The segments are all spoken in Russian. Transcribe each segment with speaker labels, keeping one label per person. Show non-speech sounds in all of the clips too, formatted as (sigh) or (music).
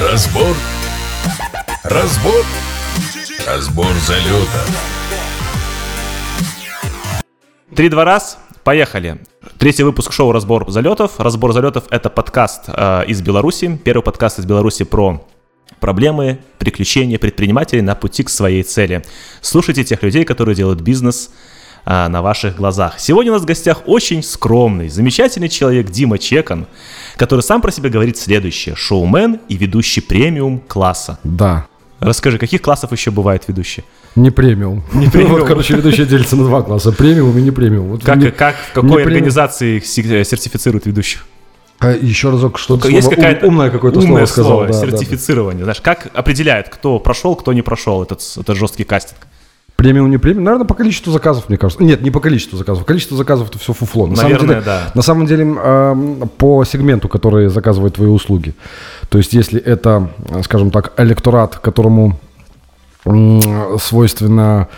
Speaker 1: Разбор. Разбор. Разбор залета.
Speaker 2: Три-два раз. Поехали. Третий выпуск шоу «Разбор залетов». «Разбор залетов» — это подкаст э, из Беларуси. Первый подкаст из Беларуси про проблемы, приключения предпринимателей на пути к своей цели. Слушайте тех людей, которые делают бизнес а, на ваших глазах. Сегодня у нас в гостях очень скромный, замечательный человек Дима Чекан, который сам про себя говорит следующее. Шоумен и ведущий премиум класса.
Speaker 3: Да.
Speaker 2: Расскажи, каких классов еще бывают ведущие?
Speaker 3: Не премиум.
Speaker 2: Не премиум.
Speaker 3: (laughs) Вот, короче, ведущая делится на два класса. Премиум и не премиум. Вот
Speaker 2: Как,
Speaker 3: не-
Speaker 2: как в
Speaker 3: не
Speaker 2: какой
Speaker 3: премиум.
Speaker 2: организации их сер- сертифицируют ведущих?
Speaker 3: А, еще разок что-то
Speaker 2: Есть
Speaker 3: слово ум-
Speaker 2: какая-то
Speaker 3: умное какое-то
Speaker 2: умное
Speaker 3: слово сказал. да, да, да.
Speaker 2: сертифицирование. Знаешь, как определяют, кто прошел, кто не прошел этот, с- этот жесткий кастинг?
Speaker 3: Премиум, не премиум. Наверное, по количеству заказов, мне кажется. Нет, не по количеству заказов. Количество заказов это все фуфло. На самом
Speaker 2: Наверное,
Speaker 3: деле,
Speaker 2: да.
Speaker 3: На самом деле, м, эм, по сегменту, который заказывает твои услуги. То есть, если это, э, скажем так, электорат, которому м, свойственно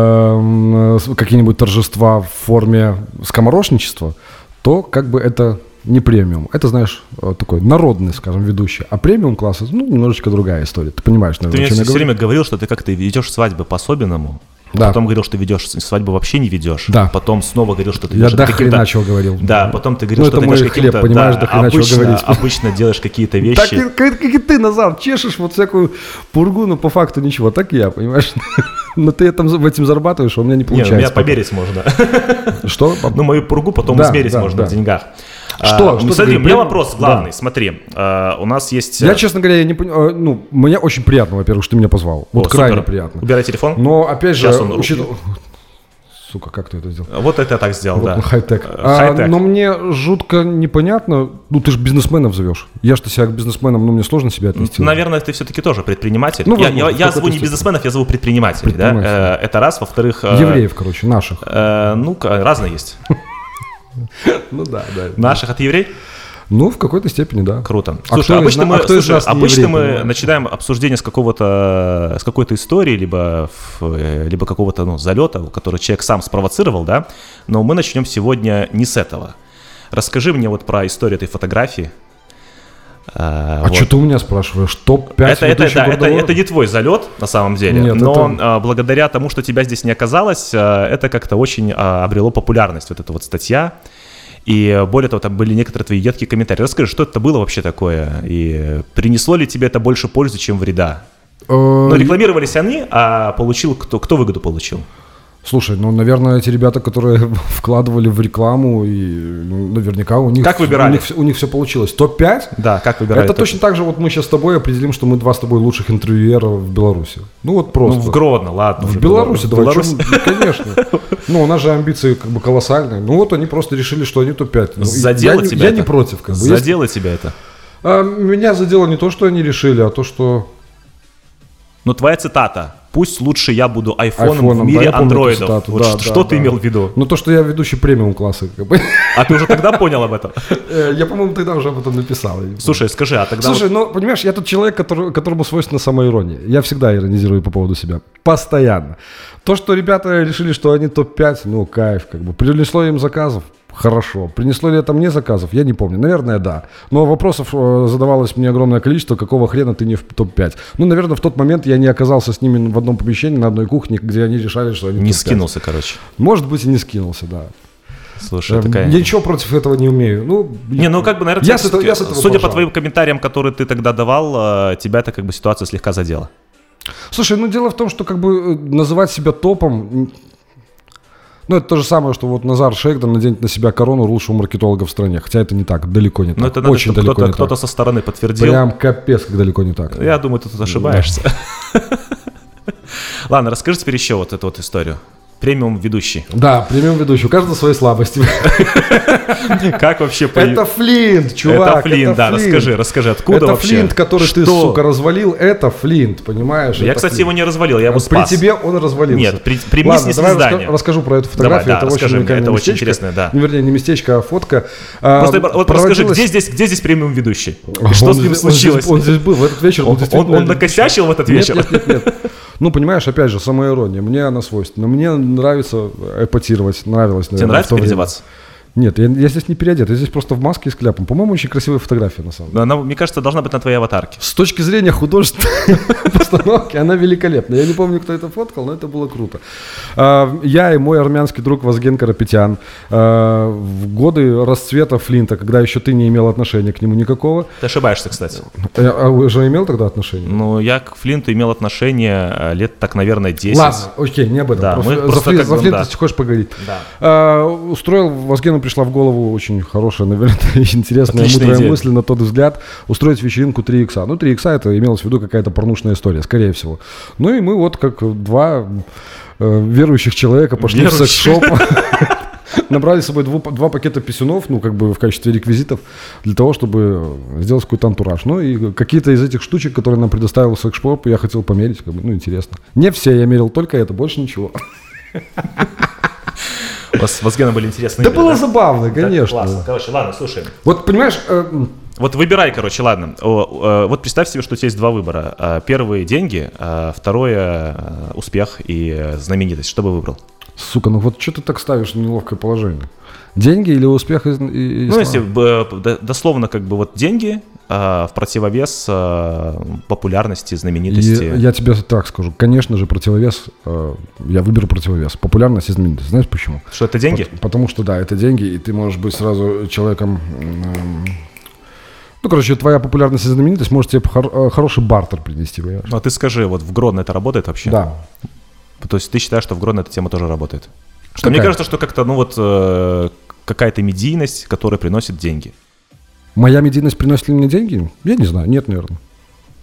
Speaker 3: эм, с- какие-нибудь торжества в форме скоморошничества, то как бы это не премиум. Это, знаешь, э, такой народный, скажем, ведущий. А премиум класса, ну, немножечко другая история. Ты понимаешь,
Speaker 2: Ты
Speaker 3: наверное,
Speaker 2: мне
Speaker 3: о чем
Speaker 2: все
Speaker 3: я говорю?
Speaker 2: время говорил, что ты как-то ведешь свадьбы по-особенному.
Speaker 3: Да.
Speaker 2: Потом говорил, что ведешь свадьбу вообще не ведешь.
Speaker 3: Да.
Speaker 2: Потом снова говорил, что ты
Speaker 3: Я
Speaker 2: ведешь это
Speaker 3: до хрена чего говорил.
Speaker 2: Да, потом ты говорил,
Speaker 3: Ну,
Speaker 2: что
Speaker 3: это
Speaker 2: ты
Speaker 3: мой
Speaker 2: ведешь
Speaker 3: хлеб,
Speaker 2: каким-то-
Speaker 3: понимаешь,
Speaker 2: да,
Speaker 3: до хрена чего
Speaker 2: обычно,
Speaker 3: говорить.
Speaker 2: обычно делаешь какие-то вещи. ну,
Speaker 3: Так, и- как, как и ты, Назар, чешешь вот всякую пургу, но по факту ничего. Так и я, понимаешь? (laughs) Но ты там, в этим зарабатываешь, а у меня не
Speaker 2: Не, ну,
Speaker 3: получается.
Speaker 2: меня
Speaker 3: пока.
Speaker 2: померить можно. (laughs)
Speaker 3: Что?
Speaker 2: Ну, мою пургу потом
Speaker 3: Да,
Speaker 2: измерить
Speaker 3: да,
Speaker 2: можно
Speaker 3: да.
Speaker 2: в деньгах.
Speaker 3: Что?
Speaker 2: А,
Speaker 3: Что
Speaker 2: ну, смотри, у
Speaker 3: ты говоришь?
Speaker 2: меня
Speaker 3: Прям-
Speaker 2: вопрос
Speaker 3: Да.
Speaker 2: главный. Смотри, а, у нас есть...
Speaker 3: Я,
Speaker 2: э,
Speaker 3: честно говоря, я не понимаю. Ну, мне очень приятно, во-первых, что ты меня позвал.
Speaker 2: о,
Speaker 3: Вот крайне
Speaker 2: супер.
Speaker 3: приятно. Ну,
Speaker 2: Убирай телефон.
Speaker 3: Но опять же,
Speaker 2: Щас он-
Speaker 3: учит- Сука, как ты это сделал?
Speaker 2: Вот это я так сделал,
Speaker 3: Вот,
Speaker 2: да.
Speaker 3: ну, хай-тек.
Speaker 2: Э,
Speaker 3: А,
Speaker 2: хай-тек.
Speaker 3: но мне жутко непонятно. Ну, ты же бизнесменов зовешь. Я что себя к бизнесменам, ну, мне сложно себя отнести.
Speaker 2: Наверное, ты все-таки тоже предприниматель.
Speaker 3: Ну,
Speaker 2: я,
Speaker 3: возможно,
Speaker 2: я- я
Speaker 3: в
Speaker 2: зову
Speaker 3: какой-то
Speaker 2: не бизнесменов, я зову предпринимателей. да?
Speaker 3: Предпринимателей.
Speaker 2: Э, Это раз. Во-вторых... э,
Speaker 3: Евреев, короче, наших.
Speaker 2: э, Ну, к- разные
Speaker 3: (laughs)
Speaker 2: есть.
Speaker 3: Ну да, да.
Speaker 2: Наших от евреев?
Speaker 3: Ну, в какой-то степени, да.
Speaker 2: Круто.
Speaker 3: А кто
Speaker 2: Слушай,
Speaker 3: из
Speaker 2: обычно
Speaker 3: на-
Speaker 2: мы,
Speaker 3: а кто из
Speaker 2: слушай,
Speaker 3: нас не
Speaker 2: обычно
Speaker 3: еврей,
Speaker 2: мы
Speaker 3: понимаешь?
Speaker 2: начинаем обсуждение с какого-то с какой-то истории, либо, в- э, либо какого-то ну, залета, который человек сам спровоцировал, да. Но мы начнем сегодня не с этого. Расскажи мне вот про историю этой фотографии. Э,
Speaker 3: А что ты у меня спрашиваешь? Топ-5
Speaker 2: это, это,
Speaker 3: ведущих
Speaker 2: да, это,
Speaker 3: Гордона?
Speaker 2: это не твой залет, на самом деле.
Speaker 3: Нет,
Speaker 2: но
Speaker 3: это-
Speaker 2: а, благодаря тому, что тебя здесь не оказалось, а, это как-то очень а, обрело популярность, вот эта вот статья. И а, более того, там были некоторые твои едкие комментарии. Расскажи, что это было вообще такое? И э, принесло ли тебе это больше пользы, чем вреда?
Speaker 3: Э,
Speaker 2: Ну, рекламировались они, а получил кто, кто выгоду получил?
Speaker 3: Слушай, ну, наверное, эти ребята, которые (laughs) вкладывали в рекламу, и ну, наверняка у них...
Speaker 2: Как выбирали?
Speaker 3: У них, вс- у них все получилось. Топ-5?
Speaker 2: Да, как выбирали?
Speaker 3: Это
Speaker 2: топ-
Speaker 3: точно так же, вот мы сейчас с тобой определим, что мы два с тобой лучших интервьюера в Беларуси. Ну вот
Speaker 2: Ну,
Speaker 3: просто.
Speaker 2: в Гродно, ладно.
Speaker 3: В
Speaker 2: уже
Speaker 3: Беларуси,
Speaker 2: Беларусь.
Speaker 3: давай,
Speaker 2: Беларусь.
Speaker 3: чё мы- ну, конечно. Ну, у нас же амбиции как бы колоссальные. Ну вот они просто решили, что они топ-5. Ну, и
Speaker 2: Задело
Speaker 3: я, не-
Speaker 2: тебя
Speaker 3: Я
Speaker 2: это?
Speaker 3: не против. Как бы. Если-
Speaker 2: Задело тебя это?
Speaker 3: А, меня задело не то, что они решили, а то, что
Speaker 2: Но твоя цитата. Пусть лучше я буду айфоном,
Speaker 3: Айфоном, да,
Speaker 2: в мире
Speaker 3: я помню эту
Speaker 2: андроидов.
Speaker 3: цитату,
Speaker 2: Вот
Speaker 3: да,
Speaker 2: ш-
Speaker 3: да,
Speaker 2: что ты
Speaker 3: да.
Speaker 2: имел в виду?
Speaker 3: Ну, то, что я ведущий премиум класса, как бы. (laughs)
Speaker 2: А ты уже тогда понял об этом?
Speaker 3: Э, Я, по-моему, тогда уже об этом написал. Я не помню.
Speaker 2: Слушай, скажи, а тогда...
Speaker 3: Слушай, ну, понимаешь, я тот человек, который- которому свойственна самоирония. Я всегда иронизирую по поводу себя. Постоянно. То, что ребята решили, что они топ-5, ну, кайф, как бы. Принесло им заказов? Хорошо. Принесло ли это мне заказов? Я не помню. Наверное, да. Но вопросов э, задавалось мне огромное количество, какого хрена ты не в топ-5. Ну, наверное, в тот момент я не оказался с ними в одном помещении, на одной кухне, где они решали, что они
Speaker 2: Не
Speaker 3: топ-пять.
Speaker 2: скинулся, короче.
Speaker 3: Может быть, и не скинулся, да.
Speaker 2: Слушай,
Speaker 3: Эм,
Speaker 2: такая...
Speaker 3: Я ничего против этого не умею. Ну,
Speaker 2: Не, ну как бы, наверное, тебя
Speaker 3: я с этого,
Speaker 2: всё-таки-
Speaker 3: я с этого
Speaker 2: судя по
Speaker 3: поржал.
Speaker 2: твоим комментариям, которые ты тогда давал, э, тебя это как бы ситуация слегка задела.
Speaker 3: Слушай, ну дело в том, что как бы э, называть себя топом... м, Ну, это то же самое, что вот Назар Шейгдан наденет на себя корону лучшего маркетолога в стране. Хотя это не так, далеко не так.
Speaker 2: Но Ну, это надо,
Speaker 3: Очень
Speaker 2: чтобы
Speaker 3: далеко
Speaker 2: кто-то,
Speaker 3: не
Speaker 2: кто-то
Speaker 3: так.
Speaker 2: со стороны подтвердил.
Speaker 3: Прям капец, как далеко не так.
Speaker 2: Я думаю, ты тут ошибаешься. (laughs) Ладно, расскажи теперь еще вот эту вот историю. Премиум
Speaker 3: (laughs)
Speaker 2: ведущий.
Speaker 3: Да, премиум ведущий. У каждого
Speaker 2: (laughs)
Speaker 3: свои слабости.
Speaker 2: Как вообще... появ-
Speaker 3: Это Флинт, чувак.
Speaker 2: это Флинт, да,
Speaker 3: Флинт.
Speaker 2: расскажи, расскажи, откуда
Speaker 3: это
Speaker 2: вообще?
Speaker 3: Флинт, который ты,
Speaker 2: Что?
Speaker 3: сука, развалил, это Флинт, понимаешь?
Speaker 2: Я,
Speaker 3: это
Speaker 2: кстати,
Speaker 3: Флинт.
Speaker 2: его не развалил, я его
Speaker 3: При
Speaker 2: спас.
Speaker 3: тебе а, он развалился.
Speaker 2: Нет, при- при
Speaker 3: Ладно,
Speaker 2: мисс не
Speaker 3: давай раска-
Speaker 2: создание.
Speaker 3: расскажу про эту
Speaker 2: Давай,
Speaker 3: фотографию.
Speaker 2: да,
Speaker 3: это очень
Speaker 2: расскажи мне,
Speaker 3: уникальное
Speaker 2: это очень
Speaker 3: местечко.
Speaker 2: интересное, да.
Speaker 3: Ну, Вернее, не местечко, а фотка. А,
Speaker 2: Просто вот расскажи,
Speaker 3: проводилась- А,
Speaker 2: где здесь, где здесь премиум ведущий?
Speaker 3: Он
Speaker 2: Что с
Speaker 3: здесь-
Speaker 2: ним случилось?
Speaker 3: Он здесь, он здесь был в этот вечер.
Speaker 2: Он, он,
Speaker 3: действительно-
Speaker 2: он накосячил в этот
Speaker 3: Нет,
Speaker 2: вечер?
Speaker 3: нет, нет, нет. Ну, понимаешь, опять же, самоирония. Мне она свойственна. Мне нравится эпатировать. Нравилось, наверное.
Speaker 2: Тебе
Speaker 3: в
Speaker 2: нравится
Speaker 3: то время.
Speaker 2: переодеваться?
Speaker 3: Нет, я, я здесь не переодет, я здесь просто в маске и с кляпом. По-моему, очень красивая фотография, на самом деле.
Speaker 2: Но Она, мне кажется, должна быть на твоей аватарке.
Speaker 3: С точки зрения художественной (laughs) постановки она великолепна. Я не помню, кто это фоткал, но это было круто. А, Я и мой армянский друг Вазген Карапетян а, в годы расцвета Флинта, когда еще ты не имел отношения к нему никакого,
Speaker 2: Ты ошибаешься, кстати.
Speaker 3: Э, а уже имел тогда отношение?
Speaker 2: Ну, я к Флинту имел отношение э, лет так, наверное, 10.
Speaker 3: Ладно, окей, не об этом.
Speaker 2: Да,
Speaker 3: просто
Speaker 2: мы
Speaker 3: за
Speaker 2: просто
Speaker 3: фли-
Speaker 2: как
Speaker 3: за
Speaker 2: бы,
Speaker 3: флит,
Speaker 2: да.
Speaker 3: если хочешь поговорить.
Speaker 2: Да.
Speaker 3: А, устроил, Возгену пришла в голову очень хорошая, наверное, (laughs) интересная,
Speaker 2: Отличная
Speaker 3: мудрая
Speaker 2: идея.
Speaker 3: мысль, на тот взгляд, устроить вечеринку 3 икса. Ну, 3 икса это имелось в виду какая-то порнушная история, скорее всего. Ну и мы вот как два э, верующих человека пошли
Speaker 2: Верующих.
Speaker 3: в секс-шоп. (laughs) Набрали с собой дву- два пакета писюнов, ну, как бы в качестве реквизитов, для того, чтобы сделать какой-то антураж. Ну, и какие-то из этих штучек, которые нам предоставил секс-шоп, я хотел померить, как бы, ну, интересно. Не все, я мерил только это, больше ничего.
Speaker 2: У вас с Вазгеном были
Speaker 3: (laughs)
Speaker 2: интересные
Speaker 3: Да
Speaker 2: игры,
Speaker 3: было забавно,
Speaker 2: Да,
Speaker 3: конечно.
Speaker 2: Классно. Короче, ладно, слушай.
Speaker 3: Вот, понимаешь, эм,
Speaker 2: Вот выбирай, короче, ладно. О, э, вот представь себе, что у тебя есть два выбора. Э, Первый – деньги, а второе – э, успех и э, знаменитость. Что бы выбрал?
Speaker 3: сука, ну вот что ты так ставишь на неловкое положение? Деньги или успех? Из, и- и
Speaker 2: Ну,
Speaker 3: слава?
Speaker 2: если б, э, д- дословно, как бы вот деньги а, в противовес а, популярности, знаменитости.
Speaker 3: И я тебе так скажу. Конечно же, противовес, э, я выберу противовес. Популярность и знаменитость. Знаешь почему?
Speaker 2: Что это деньги?
Speaker 3: Пот- Потому что, да, это деньги, и ты можешь быть сразу человеком... м, Ну, короче, твоя популярность и знаменитость может тебе хор- э, хороший бартер принести, понимаешь?
Speaker 2: Ну, а ты скажи, вот в Гродно это работает вообще?
Speaker 3: Да.
Speaker 2: То есть ты считаешь, что в Гродно эта тема тоже работает? Что
Speaker 3: Какая?
Speaker 2: мне кажется, что как-то, ну вот, э, какая-то медийность, которая приносит деньги.
Speaker 3: Моя медийность приносит ли мне деньги? Я не знаю. Нет, наверное.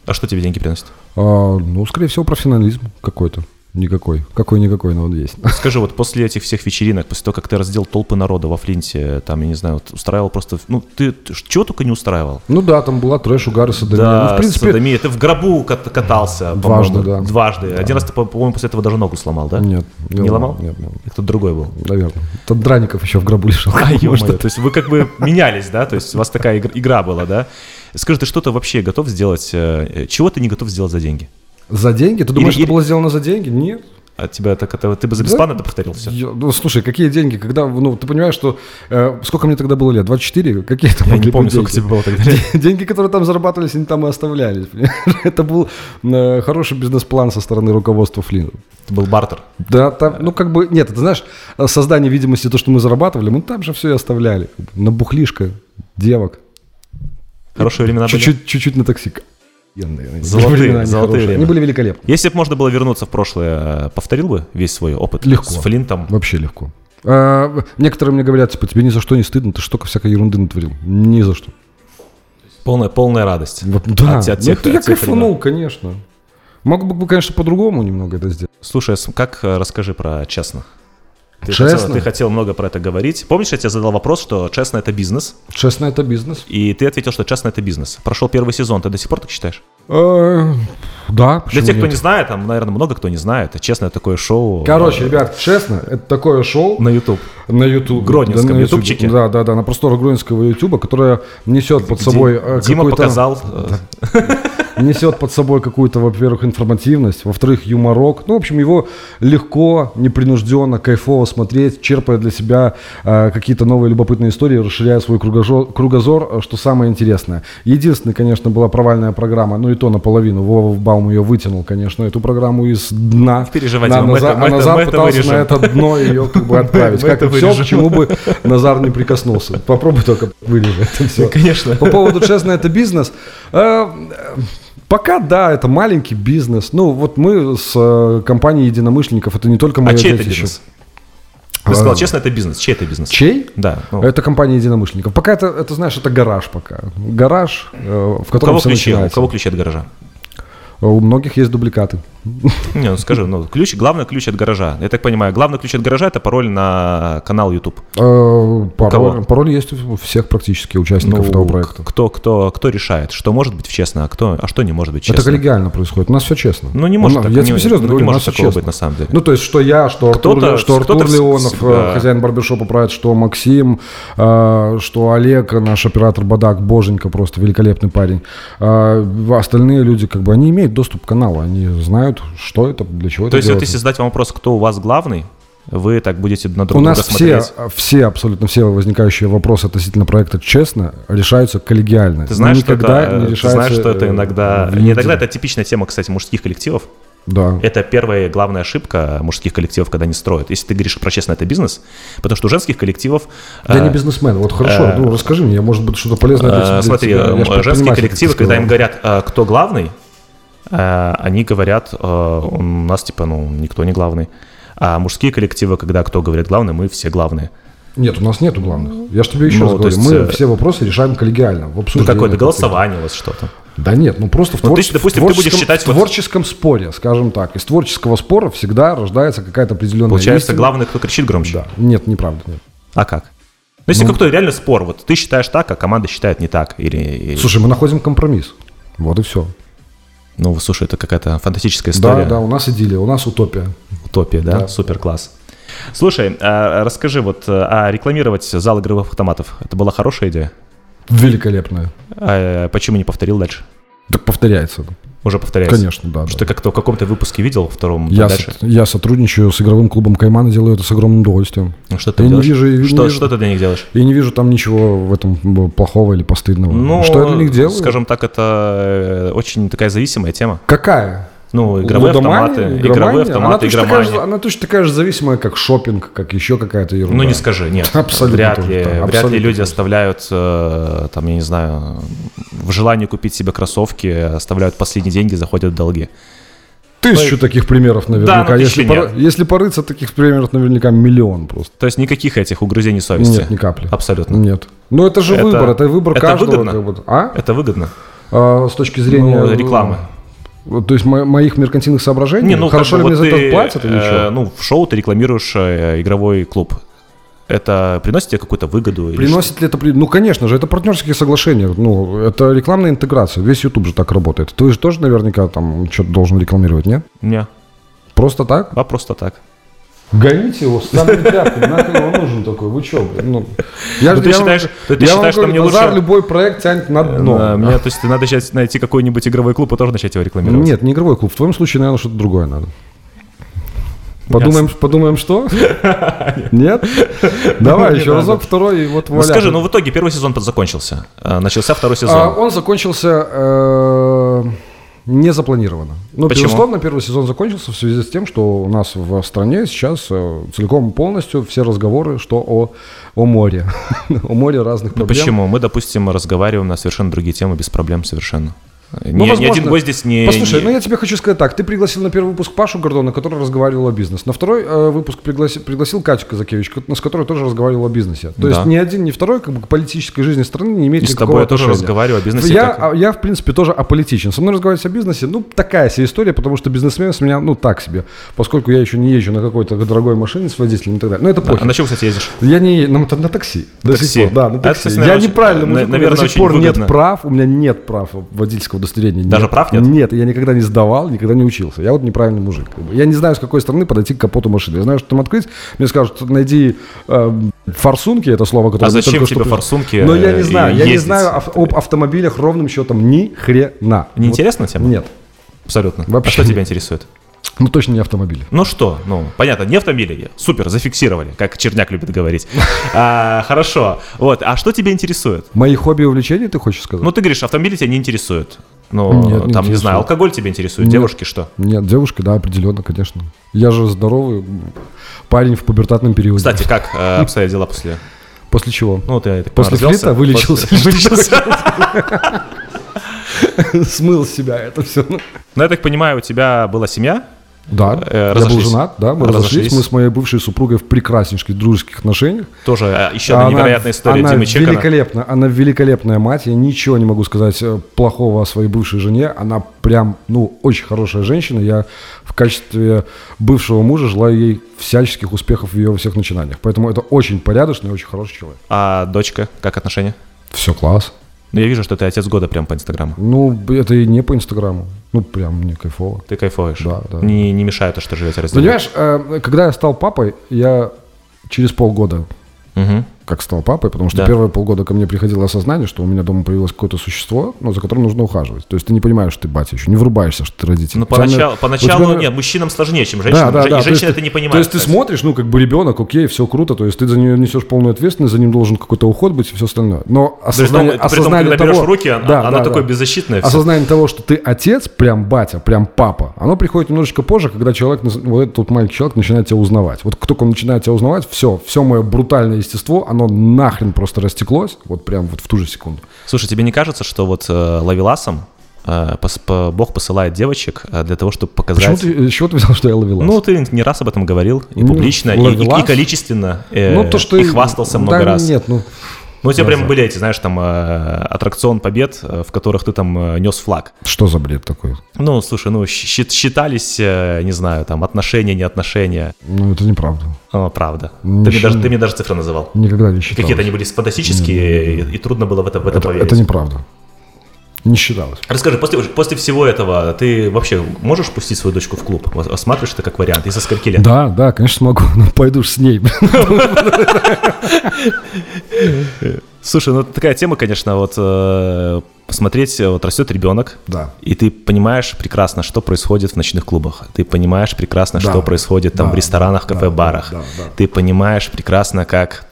Speaker 2: А что тебе деньги приносят?
Speaker 3: А, ну, скорее всего, профессионализм какой-то. Никакой. Какой-никакой, но он есть.
Speaker 2: Скажи, вот после этих всех вечеринок, после того, как ты раздел толпы народа во Флинте, там, я не знаю, вот устраивал просто... Ну, ты т- чего только не устраивал.
Speaker 3: Ну да, там была трэш, угар и садомия. ну, в принципе,
Speaker 2: садомия. Ты в гробу кат- катался,
Speaker 3: Дважды,
Speaker 2: по-моему.
Speaker 3: да.
Speaker 2: Дважды. Один раз ты, по- по-моему, после этого даже ногу сломал, да?
Speaker 3: Нет.
Speaker 2: Не ломал?
Speaker 3: Нет, нет,
Speaker 2: И кто-то другой был.
Speaker 3: наверное. Тот Драников еще в гробу лежал. (laughs)
Speaker 2: А, ё-моё,
Speaker 3: Может,
Speaker 2: то есть вы как бы менялись, да? То есть у вас такая игр- игра была, да? Скажи, ты что-то вообще готов сделать? э, э, Чего ты не готов сделать за деньги?
Speaker 3: За деньги? Ты думаешь,
Speaker 2: Или-
Speaker 3: это было сделано за деньги? Нет.
Speaker 2: А тебя так это... Ты бы за бесплатно это повторил все?
Speaker 3: Я- ну, слушай, какие деньги? Когда, ну, ты понимаешь, что э, сколько мне тогда было лет? 24? Какие
Speaker 2: Я
Speaker 3: это могли
Speaker 2: не
Speaker 3: быть
Speaker 2: помню, сколько
Speaker 3: деньги?
Speaker 2: тебе было тогда.
Speaker 3: (laughs) Деньги, которые там зарабатывались, они там и оставлялись. понимаешь? (laughs) Это был э, хороший бизнес-план со стороны руководства Флинта.
Speaker 2: Это был бартер.
Speaker 3: Да, там, ну как бы, нет, это знаешь, создание видимости, то, что мы зарабатывали, мы там же все и оставляли. На бухлишко, девок,
Speaker 2: Хорошие времена были.
Speaker 3: чуть-чуть, чуть-чуть на такси. Охуенные.
Speaker 2: Золотые,
Speaker 3: Времена они
Speaker 2: золотые
Speaker 3: хорошие.
Speaker 2: времена.
Speaker 3: Они были великолепны.
Speaker 2: Если бы можно было вернуться в прошлое, э, повторил бы весь свой опыт
Speaker 3: Легко. Ну,
Speaker 2: с Флинтом?
Speaker 3: Вообще легко. А, некоторые мне говорят, типа, тебе ни за что не стыдно, ты столько всякой ерунды натворил. Ни за что.
Speaker 2: Полная, полная радость.
Speaker 3: Вот, Да,
Speaker 2: От- от
Speaker 3: ну,
Speaker 2: тех-
Speaker 3: это
Speaker 2: от
Speaker 3: я
Speaker 2: тех
Speaker 3: кайфанул, конечно. Мог бы, конечно, по-другому немного это сделать.
Speaker 2: Слушай, а с- как э, расскажи про честно? Ты
Speaker 3: Честно?
Speaker 2: Хотел, ты хотел много про это говорить. Помнишь, я тебе задал вопрос, что честно это бизнес?
Speaker 3: Честно, это бизнес.
Speaker 2: И ты ответил, что честно это бизнес. Прошел первый сезон, ты до сих пор так считаешь?
Speaker 3: Э, Да,
Speaker 2: Для
Speaker 3: почему
Speaker 2: тех, кто
Speaker 3: нет?
Speaker 2: не знает, там, наверное, много кто не знает. а Честно, это такое шоу.
Speaker 3: Короче,
Speaker 2: э,
Speaker 3: ребят, честно, это такое шоу.
Speaker 2: На YouTube.
Speaker 3: На YouTube.
Speaker 2: Гродненском
Speaker 3: на Ютубе.
Speaker 2: ютубчике.
Speaker 3: Да, да, да, на просторах Гродненского Ютуба, которая несет под
Speaker 2: Где
Speaker 3: собой э,
Speaker 2: Дима
Speaker 3: какую-то-
Speaker 2: показал. э,
Speaker 3: несет под собой какую-то, во-первых, информативность, во-вторых, юморок. Ну, в общем, его легко, непринужденно, кайфово смотреть, черпая для себя э, какие-то новые любопытные истории, расширяя свой кругозор, кругозор, э, что самое интересное. Единственная, конечно, была провальная программа, ну и то наполовину. Вова Баум ее вытянул, конечно, эту программу из дна.
Speaker 2: переживайте,
Speaker 3: На-
Speaker 2: мы
Speaker 3: на
Speaker 2: это-
Speaker 3: за-
Speaker 2: мы
Speaker 3: а
Speaker 2: это-
Speaker 3: Назар
Speaker 2: мы это
Speaker 3: пытался
Speaker 2: вырежем.
Speaker 3: на это дно ее как бы отправить.
Speaker 2: Мы
Speaker 3: Как
Speaker 2: это
Speaker 3: и все,
Speaker 2: вырежем.
Speaker 3: к чему бы Назар не прикоснулся. Попробуй только вырежи это все.
Speaker 2: Конечно.
Speaker 3: По поводу честно, это бизнес. Э, э, Пока да, это маленький бизнес. Ну, вот мы с э, компанией единомышленников, это не только мои
Speaker 2: А чей это бизнес? Ты сказал, честно, это бизнес. Чей это бизнес?
Speaker 3: А, Чей?
Speaker 2: Да. ну,
Speaker 3: Это компания единомышленников. Пока это, это, знаешь, это гараж пока. Гараж, э, в
Speaker 2: у кого
Speaker 3: котором все
Speaker 2: ключи? У
Speaker 3: начинается. Э,
Speaker 2: кого ключи от гаража?
Speaker 3: У многих есть дубликаты. Э,
Speaker 2: Не, ну скажи, ну ключ, главный ключ от гаража. Я так понимаю, главный ключ от гаража это пароль на канал YouTube.
Speaker 3: Э,
Speaker 2: кого?
Speaker 3: Пароль, пароль есть у всех практически участников этого проекта.
Speaker 2: к- Ну, кто, кто, кто решает, что может быть в честно, а кто, а что не может быть честно?
Speaker 3: Это коллегиально происходит. У нас все честно.
Speaker 2: Ну, не может
Speaker 3: У нас-
Speaker 2: так,
Speaker 3: Я
Speaker 2: не-
Speaker 3: тебе
Speaker 2: ну,
Speaker 3: серьезно
Speaker 2: не
Speaker 3: говорю, у
Speaker 2: может
Speaker 3: нас всё
Speaker 2: такого
Speaker 3: честно.
Speaker 2: быть на самом деле.
Speaker 3: Ну, то есть, что я, что Артур,
Speaker 2: Кто-то-
Speaker 3: что Артур
Speaker 2: кто-то вс-
Speaker 3: Леонов,
Speaker 2: всегда-
Speaker 3: э, хозяин барбершопа, правит, что Максим, э, что Олег, наш оператор Бадак, боженька просто, великолепный парень. Э, остальные люди, как бы, они имеют доступ к каналу, они знают, что это, для чего
Speaker 2: То
Speaker 3: это
Speaker 2: есть, вот
Speaker 3: делается.
Speaker 2: если задать вам вопрос, кто у вас главный, вы так будете на друг
Speaker 3: У
Speaker 2: друга
Speaker 3: нас все, э,
Speaker 2: смотреть.
Speaker 3: все, абсолютно все возникающие вопросы относительно проекта честно решаются коллегиально.
Speaker 2: Ты знаешь, что
Speaker 3: Никогда
Speaker 2: это,
Speaker 3: не
Speaker 2: ты
Speaker 3: решается,
Speaker 2: знаешь, что это
Speaker 3: э,
Speaker 2: иногда...
Speaker 3: в
Speaker 2: Не иногда,
Speaker 3: едином.
Speaker 2: это типичная тема, кстати, мужских коллективов.
Speaker 3: Да.
Speaker 2: Это первая и главная ошибка мужских коллективов, когда они строят. Если ты говоришь про честно, это бизнес, потому что у женских коллективов...
Speaker 3: Я
Speaker 2: э,
Speaker 3: не бизнесмен. Вот хорошо,
Speaker 2: э,
Speaker 3: ну расскажи мне, может быть, что-то полезное
Speaker 2: Э,
Speaker 3: Ну, для тебя.
Speaker 2: Смотри,
Speaker 3: Я ж
Speaker 2: э, женские
Speaker 3: предприниматель,
Speaker 2: коллективы,
Speaker 3: ты
Speaker 2: когда им
Speaker 3: сказал.
Speaker 2: говорят, э, кто главный, э, они говорят, э, у нас типа, ну, никто не главный. А мужские коллективы, когда кто говорит главный, мы все главные.
Speaker 3: Нет, у нас нету главных. Я же тебе еще
Speaker 2: Ну,
Speaker 3: раз
Speaker 2: то
Speaker 3: говорю,
Speaker 2: есть,
Speaker 3: мы
Speaker 2: э,
Speaker 3: все вопросы решаем коллегиально. В
Speaker 2: Ну,
Speaker 3: обсуждении
Speaker 2: какое-то
Speaker 3: конфликта.
Speaker 2: голосование у вас что-то.
Speaker 3: Да нет, ну просто в
Speaker 2: Ну, ты,
Speaker 3: творческом,
Speaker 2: допустим, ты будешь
Speaker 3: творческом,
Speaker 2: считать
Speaker 3: в
Speaker 2: вот-
Speaker 3: творческом споре, скажем так. Из творческого спора всегда рождается какая-то определенная
Speaker 2: Получается,
Speaker 3: истина.
Speaker 2: главный, кто кричит громче.
Speaker 3: Да. Нет, неправда. Нет.
Speaker 2: А как? Ну, если какой-то реально спор, вот ты считаешь так, а команда считает не так. Или, или-
Speaker 3: Слушай, мы находим компромисс. Вот и все.
Speaker 2: Ну, слушай, это какая-то фантастическая
Speaker 3: Да,
Speaker 2: история.
Speaker 3: да, у нас идиллия, у нас утопия.
Speaker 2: Утопия, да?
Speaker 3: Да.
Speaker 2: Супер класс. Слушай, а расскажи, вот, а рекламировать зал игровых автоматов, это была хорошая идея?
Speaker 3: Великолепная.
Speaker 2: А, э, почему не повторил дальше?
Speaker 3: Так повторяется.
Speaker 2: Уже повторяется.
Speaker 3: Конечно, да,
Speaker 2: Потому Что
Speaker 3: да.
Speaker 2: ты как-то в каком-то выпуске видел, во втором
Speaker 3: Я,
Speaker 2: дальше.
Speaker 3: со- я сотрудничаю с игровым клубом Каймана, делаю это с огромным удовольствием.
Speaker 2: Ну, Что ты
Speaker 3: Я не
Speaker 2: делаешь?
Speaker 3: вижу- не
Speaker 2: что,
Speaker 3: вижу.
Speaker 2: что ты для них делаешь?
Speaker 3: Я не вижу там ничего в этом м, плохого или постыдного. Ну,
Speaker 2: Ну,
Speaker 3: что я для них делаю?
Speaker 2: Скажем так, это э, очень такая зависимая тема.
Speaker 3: Какая?
Speaker 2: Ну, игровые
Speaker 3: Лудомания?
Speaker 2: автоматы,
Speaker 3: Игромания?
Speaker 2: игровые
Speaker 3: она
Speaker 2: автоматы,
Speaker 3: точно, такая
Speaker 2: игромания.
Speaker 3: же, она точно такая же зависимая, как шопинг, как еще какая-то ерунда.
Speaker 2: Ну, не скажи, нет.
Speaker 3: Абсолютно
Speaker 2: Вряд
Speaker 3: тоже,
Speaker 2: ли,
Speaker 3: да,
Speaker 2: вряд
Speaker 3: абсолютно
Speaker 2: ли люди
Speaker 3: тоже.
Speaker 2: оставляют, э, там, я не знаю, в желании купить себе кроссовки, оставляют последние деньги, заходят в долги.
Speaker 3: Тысячу таких примеров наверняка.
Speaker 2: ну,
Speaker 3: если,
Speaker 2: тысячи
Speaker 3: поры-
Speaker 2: нет.
Speaker 3: если порыться, таких примеров наверняка миллион просто.
Speaker 2: То есть никаких этих угрызений совести.
Speaker 3: Нет, ни капли.
Speaker 2: Абсолютно.
Speaker 3: Нет. Ну это же
Speaker 2: Это-
Speaker 3: выбор, это выбор
Speaker 2: это
Speaker 3: каждого.
Speaker 2: выгодно?
Speaker 3: как бы. А?
Speaker 2: Это выгодно.
Speaker 3: А, С точки зрения
Speaker 2: Ну, рекламы. ну,
Speaker 3: э, То есть мо- моих меркантильных соображений? Хорошо
Speaker 2: как бы вот
Speaker 3: ли мне за
Speaker 2: ты,
Speaker 3: это платят или
Speaker 2: э,
Speaker 3: что?
Speaker 2: Ну, в шоу ты рекламируешь э, игровой клуб. Это приносит тебе какую-то выгоду? или
Speaker 3: Приносит ли это... при- Ну, конечно же, это партнерские соглашения. Ну, это рекламная интеграция. Весь YouTube же так работает. Ты же тоже наверняка там что-то должен рекламировать, нет?
Speaker 2: что? Не,
Speaker 3: Просто так?
Speaker 2: а просто так.
Speaker 3: Гоните его, сами пятки, нахрен он нужен такой, вы что? Ну, я
Speaker 2: Ну,
Speaker 3: же-
Speaker 2: ты
Speaker 3: я
Speaker 2: считаешь-
Speaker 3: вам-
Speaker 2: ты- ты
Speaker 3: я вам
Speaker 2: считаешь, что мне
Speaker 3: говорю, базар
Speaker 2: лучше- Э,
Speaker 3: любой проект тянет на дно.
Speaker 2: Да, Ну, мне, то есть надо сейчас найти какой-нибудь игровой клуб и тоже начать его рекламировать.
Speaker 3: Нет, не игровой клуб. В твоем случае, наверное, что-то другое надо. Подумаем,
Speaker 2: (laughs)
Speaker 3: подумаем что? Нет? Давай
Speaker 2: Не
Speaker 3: еще
Speaker 2: надо.
Speaker 3: разок, второй, и вот
Speaker 2: Ну
Speaker 3: вуаля.
Speaker 2: скажи, ну в итоге первый сезон подзакончился. Э, Начался второй сезон.
Speaker 3: А, Он закончился э, не запланированно. Ну,
Speaker 2: Почему?
Speaker 3: безусловно, первый сезон закончился в связи с тем, что у нас в стране сейчас э, целиком и полностью все разговоры, что о, о море. (laughs) о море разных
Speaker 2: Ну
Speaker 3: проблем.
Speaker 2: почему? Мы, допустим, разговариваем на совершенно другие темы без проблем совершенно. Ни-
Speaker 3: Ну,
Speaker 2: ни,
Speaker 3: возможно.
Speaker 2: один гость здесь не...
Speaker 3: Послушай,
Speaker 2: не-
Speaker 3: ну я тебе хочу сказать так. Ты пригласил на первый выпуск Пашу Гордона, который разговаривал о бизнесе. На второй э, выпуск пригласи- пригласил Катю Казакевич, ко- с которой тоже разговаривал о бизнесе. То
Speaker 2: Да.
Speaker 3: есть ни один, ни второй как бы, к политической жизни страны не имеет
Speaker 2: И с
Speaker 3: никакого
Speaker 2: тобой я тоже
Speaker 3: отношения.
Speaker 2: разговариваю о бизнесе.
Speaker 3: Я,
Speaker 2: как-
Speaker 3: а, я, в принципе, тоже аполитичен. Со мной разговаривать о бизнесе, ну, такая себе история, потому что бизнесмен с меня, ну, так себе. Поскольку я еще не езжу на какой-то дорогой машине с водителем и так далее. Ну, это
Speaker 2: А,
Speaker 3: похер.
Speaker 2: на чем, кстати, ездишь?
Speaker 3: Я не е- на, мото- на такси. До
Speaker 2: Такси.
Speaker 3: сих пор, да, на
Speaker 2: Это,
Speaker 3: такси.
Speaker 2: кстати, наверное,
Speaker 3: я
Speaker 2: очень-
Speaker 3: неправильно
Speaker 2: на-
Speaker 3: мужик, у меня
Speaker 2: наверное,
Speaker 3: до сих
Speaker 2: очень
Speaker 3: пор
Speaker 2: выгодно.
Speaker 3: нет прав, у меня нет прав водительского удостоверения.
Speaker 2: Даже прав нет?
Speaker 3: Нет, я никогда не сдавал, никогда не учился. Я вот неправильный мужик. как бы. Я не знаю, с какой стороны подойти к капоту машины. Я знаю, что там открыть. Мне скажут, найди э, форсунки, это слово, которое...
Speaker 2: А
Speaker 3: мы
Speaker 2: зачем
Speaker 3: только
Speaker 2: тебе
Speaker 3: что-
Speaker 2: форсунки,
Speaker 3: Но я
Speaker 2: э, и
Speaker 3: не знаю, я не
Speaker 2: ездить?
Speaker 3: знаю ав- об автомобилях ровным счетом ни хрена.
Speaker 2: Не
Speaker 3: Вот
Speaker 2: интересна тема?
Speaker 3: Нет,
Speaker 2: Абсолютно.
Speaker 3: Вообще
Speaker 2: а что
Speaker 3: нет.
Speaker 2: тебя интересует?
Speaker 3: ну точно не автомобили.
Speaker 2: Ну что, ну, понятно, не автомобили, супер, зафиксировали, как Черняк любит говорить. А, хорошо, вот, а что тебя интересует?
Speaker 3: Мои хобби и увлечения, ты хочешь сказать?
Speaker 2: Ну, ты говоришь, автомобили тебя не интересуют. Ну, там,
Speaker 3: Нет, не
Speaker 2: не
Speaker 3: интересует.
Speaker 2: знаю, алкоголь тебя интересует,
Speaker 3: Нет.
Speaker 2: девушки что?
Speaker 3: Нет, девушка, да, определенно, конечно. Я же здоровый м, парень в пубертатном периоде.
Speaker 2: Кстати, как
Speaker 3: (laughs)
Speaker 2: э, обстоят дела после?
Speaker 3: После чего?
Speaker 2: Ну, ты, я так
Speaker 3: После
Speaker 2: понимаю,
Speaker 3: флита
Speaker 2: развелся?
Speaker 3: вылечился.
Speaker 2: После- вылечился.
Speaker 3: (laughs) Смыл с себя это все.
Speaker 2: Ну, я так понимаю, у тебя была семья?
Speaker 3: Да,
Speaker 2: Э,
Speaker 3: я был
Speaker 2: разошлись.
Speaker 3: женат, да, мы
Speaker 2: Разошлись.
Speaker 3: разошлись. Мы с моей бывшей супругой в прекраснейших дружеских отношениях.
Speaker 2: Тоже э, еще одна
Speaker 3: Она-
Speaker 2: невероятная история
Speaker 3: она
Speaker 2: Димы Чекана.
Speaker 3: великолепна, она великолепная мать. Я ничего не могу сказать э, плохого о своей бывшей жене. Она прям, ну, очень хорошая женщина. Я в качестве бывшего мужа желаю ей всяческих успехов в ее всех начинаниях. Поэтому это очень порядочный, очень хороший человек.
Speaker 2: А дочка, как отношения?
Speaker 3: Все класс.
Speaker 2: Ну, я вижу, что ты отец года прям по Инстаграму.
Speaker 3: Ну, б- это и не по Инстаграму. Ну, прям мне кайфово.
Speaker 2: Ты кайфуешь.
Speaker 3: Да, да.
Speaker 2: Не, не мешает то, что живете раздельно.
Speaker 3: Понимаешь, э, когда я стал папой, я через полгода
Speaker 2: Мгм.
Speaker 3: как стал папой, потому что
Speaker 2: Да.
Speaker 3: первые полгода ко мне приходило осознание, что у меня дома появилось какое-то существо, ну, за которым нужно ухаживать. То есть ты не понимаешь, что ты батя еще, не врубаешься, что ты родитель.
Speaker 2: Ну,
Speaker 3: У тебя,
Speaker 2: поначалу,
Speaker 3: наверное, у
Speaker 2: поначалу
Speaker 3: тебя, наверное,
Speaker 2: нет, мужчинам сложнее, чем
Speaker 3: да,
Speaker 2: женщинам.
Speaker 3: да,
Speaker 2: Же- И
Speaker 3: да. То есть
Speaker 2: женщины это
Speaker 3: ты-
Speaker 2: не понимают.
Speaker 3: То есть ты
Speaker 2: кстати.
Speaker 3: смотришь, ну, как бы ребенок, окей, все круто, то есть ты за нее несешь полную ответственность, за ним должен какой-то уход быть и все остальное. Но
Speaker 2: При том,
Speaker 3: осознание,
Speaker 2: ну, при том, когда
Speaker 3: осознание
Speaker 2: берешь
Speaker 3: того...
Speaker 2: в руки, она,
Speaker 3: Да,
Speaker 2: она
Speaker 3: да, да.
Speaker 2: такое беззащитное. всё.
Speaker 3: Осознание того, что ты отец, прям батя, прям папа, оно приходит немножечко позже, когда человек, нас- вот этот вот маленький человек начинает тебя узнавать. Вот как только он начинает тебя узнавать, все, все мое брутальное естество, оно нахрен просто растеклось, вот прям вот в ту же секунду.
Speaker 2: Слушай, тебе не кажется, что вот э, лавеласом э, пос- по- Бог посылает девочек э, для того, чтобы показать...
Speaker 3: Почему ты, э, с чего ты взял, что я ловила?
Speaker 2: Ну, ты не раз об этом говорил, и
Speaker 3: Ну,
Speaker 2: публично, и, и-
Speaker 3: ловелас?
Speaker 2: и количественно, э, и
Speaker 3: ты-
Speaker 2: хвастался много
Speaker 3: Ну, да,
Speaker 2: раз.
Speaker 3: Нет, ну,
Speaker 2: Ну, у тебя прям были эти, знаешь, там, э, аттракцион побед, э, в которых ты там э, нес флаг.
Speaker 3: что за бред такой?
Speaker 2: Ну, слушай, ну, щи- считались, э, не знаю, там, отношения, не отношения.
Speaker 3: Ну, это неправда.
Speaker 2: О, правда. Ты
Speaker 3: Не
Speaker 2: мне,
Speaker 3: считал.
Speaker 2: даже, ты мне даже цифры называл.
Speaker 3: Никогда не считал.
Speaker 2: Какие-то они были фантастические, и, и трудно было в это, в это
Speaker 3: это,
Speaker 2: поверить.
Speaker 3: это неправда. Не считалось.
Speaker 2: Расскажи, после, после всего этого ты вообще можешь пустить свою дочку в клуб? Вот Осматриваешь это как вариант? И со скольки лет?
Speaker 3: Да, да, конечно смогу, но пойду ж с ней. (laughs)
Speaker 2: Слушай, ну это такая тема, конечно, вот э, посмотреть, э, вот растет ребенок,
Speaker 3: Да.
Speaker 2: и ты понимаешь прекрасно, что происходит в ночных клубах. Ты понимаешь прекрасно,
Speaker 3: Да.
Speaker 2: что происходит там
Speaker 3: Да,
Speaker 2: в ресторанах,
Speaker 3: да,
Speaker 2: кафе, барах.
Speaker 3: да, да, да.
Speaker 2: Ты понимаешь прекрасно, как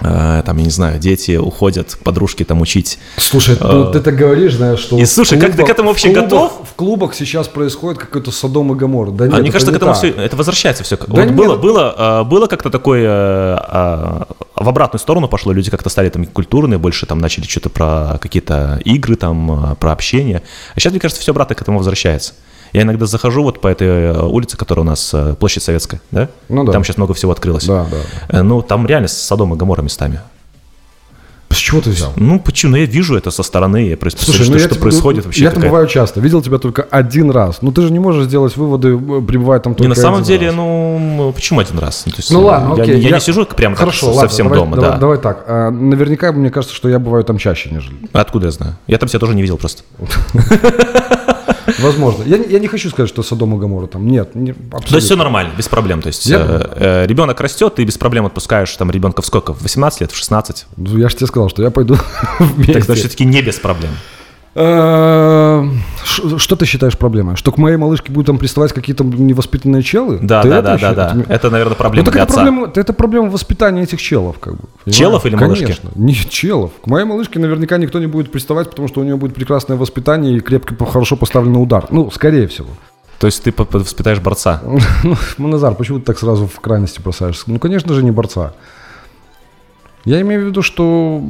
Speaker 2: э, там, я не знаю, дети уходят, подружки там учить.
Speaker 3: Слушай, ты вот это говоришь, знаешь, что...
Speaker 2: А. И
Speaker 3: вот в
Speaker 2: слушай, как ты
Speaker 3: клубах-
Speaker 2: к этому
Speaker 3: в
Speaker 2: вообще
Speaker 3: клубах-
Speaker 2: готов?
Speaker 3: В клубах сейчас происходит какой-то Содом и Гамор. Да
Speaker 2: а
Speaker 3: нет,
Speaker 2: мне
Speaker 3: это
Speaker 2: кажется, к
Speaker 3: не
Speaker 2: этому
Speaker 3: так.
Speaker 2: все это возвращается все.
Speaker 3: Да ну
Speaker 2: вот
Speaker 3: нет.
Speaker 2: было, было, э, было как-то такое э, а, в обратную сторону пошло. Люди как-то стали там культурные, больше там начали что-то про какие-то игры, там э, про общение. А сейчас мне кажется, все обратно к этому возвращается. Я иногда захожу вот по этой э, улице, которая у нас э, площадь Советская, да?
Speaker 3: Ну да.
Speaker 2: Там сейчас много всего открылось.
Speaker 3: Да, да.
Speaker 2: Э, Ну там реально с Содом и Гамора местами.
Speaker 3: С чего ты взял?
Speaker 2: Ну почему? Ну я вижу это со стороны, я просто что,
Speaker 3: ну я
Speaker 2: что
Speaker 3: тебе-
Speaker 2: происходит вообще.
Speaker 3: Я там
Speaker 2: какая-
Speaker 3: бываю часто. Видел тебя только один раз. Ну ты же не можешь сделать выводы, э, пребывая там только
Speaker 2: Не, на самом
Speaker 3: один
Speaker 2: деле,
Speaker 3: раз.
Speaker 2: ну, м, почему один раз? Ну, то есть,
Speaker 3: Ну
Speaker 2: э,
Speaker 3: ладно,
Speaker 2: я,
Speaker 3: окей.
Speaker 2: я не сижу прям так
Speaker 3: Хорошо,
Speaker 2: со-
Speaker 3: ладно,
Speaker 2: совсем
Speaker 3: давай,
Speaker 2: дома,
Speaker 3: давай,
Speaker 2: да.
Speaker 3: Давай так. А, Наверняка мне кажется, что я бываю там чаще, нежели.
Speaker 2: Откуда я знаю? Я там себя тоже не видел
Speaker 3: (laughs)
Speaker 2: просто. Ну,
Speaker 3: Возможно. Я, не- я не хочу сказать, что Содом и Гамора там. Нет, не- абсолютно.
Speaker 2: То есть все нормально, без проблем. То есть
Speaker 3: Я
Speaker 2: э,
Speaker 3: понял.
Speaker 2: э, ребенок растет, ты без проблем отпускаешь там ребенка в сколько? В 18 лет, в 16?
Speaker 3: Ну, Я же тебе сказал, что я пойду (laughs) вместе.
Speaker 2: Так значит, все-таки не без проблем.
Speaker 3: Э, ш- Что ты считаешь проблемой? Что к моей малышке будут там приставать какие-то невоспитанные челы?
Speaker 2: Да,
Speaker 3: Ты
Speaker 2: да, да,
Speaker 3: это
Speaker 2: да,
Speaker 3: считаешь?
Speaker 2: да. Это, наверное,
Speaker 3: Ну
Speaker 2: проблема
Speaker 3: так
Speaker 2: для
Speaker 3: это
Speaker 2: отца.
Speaker 3: проблема, это проблема воспитания этих челов, как бы. понимаешь?
Speaker 2: Челов или малышки?
Speaker 3: Конечно. Не челов. К моей малышке наверняка никто не будет приставать, потому что у нее будет прекрасное воспитание и крепкий, по- хорошо поставленный удар. Ну, скорее всего.
Speaker 2: То есть ты по- по- воспитаешь борца.
Speaker 3: Ну, Назар, почему ты так сразу в крайности бросаешься? Ну, конечно же, не борца. Я имею в виду, что,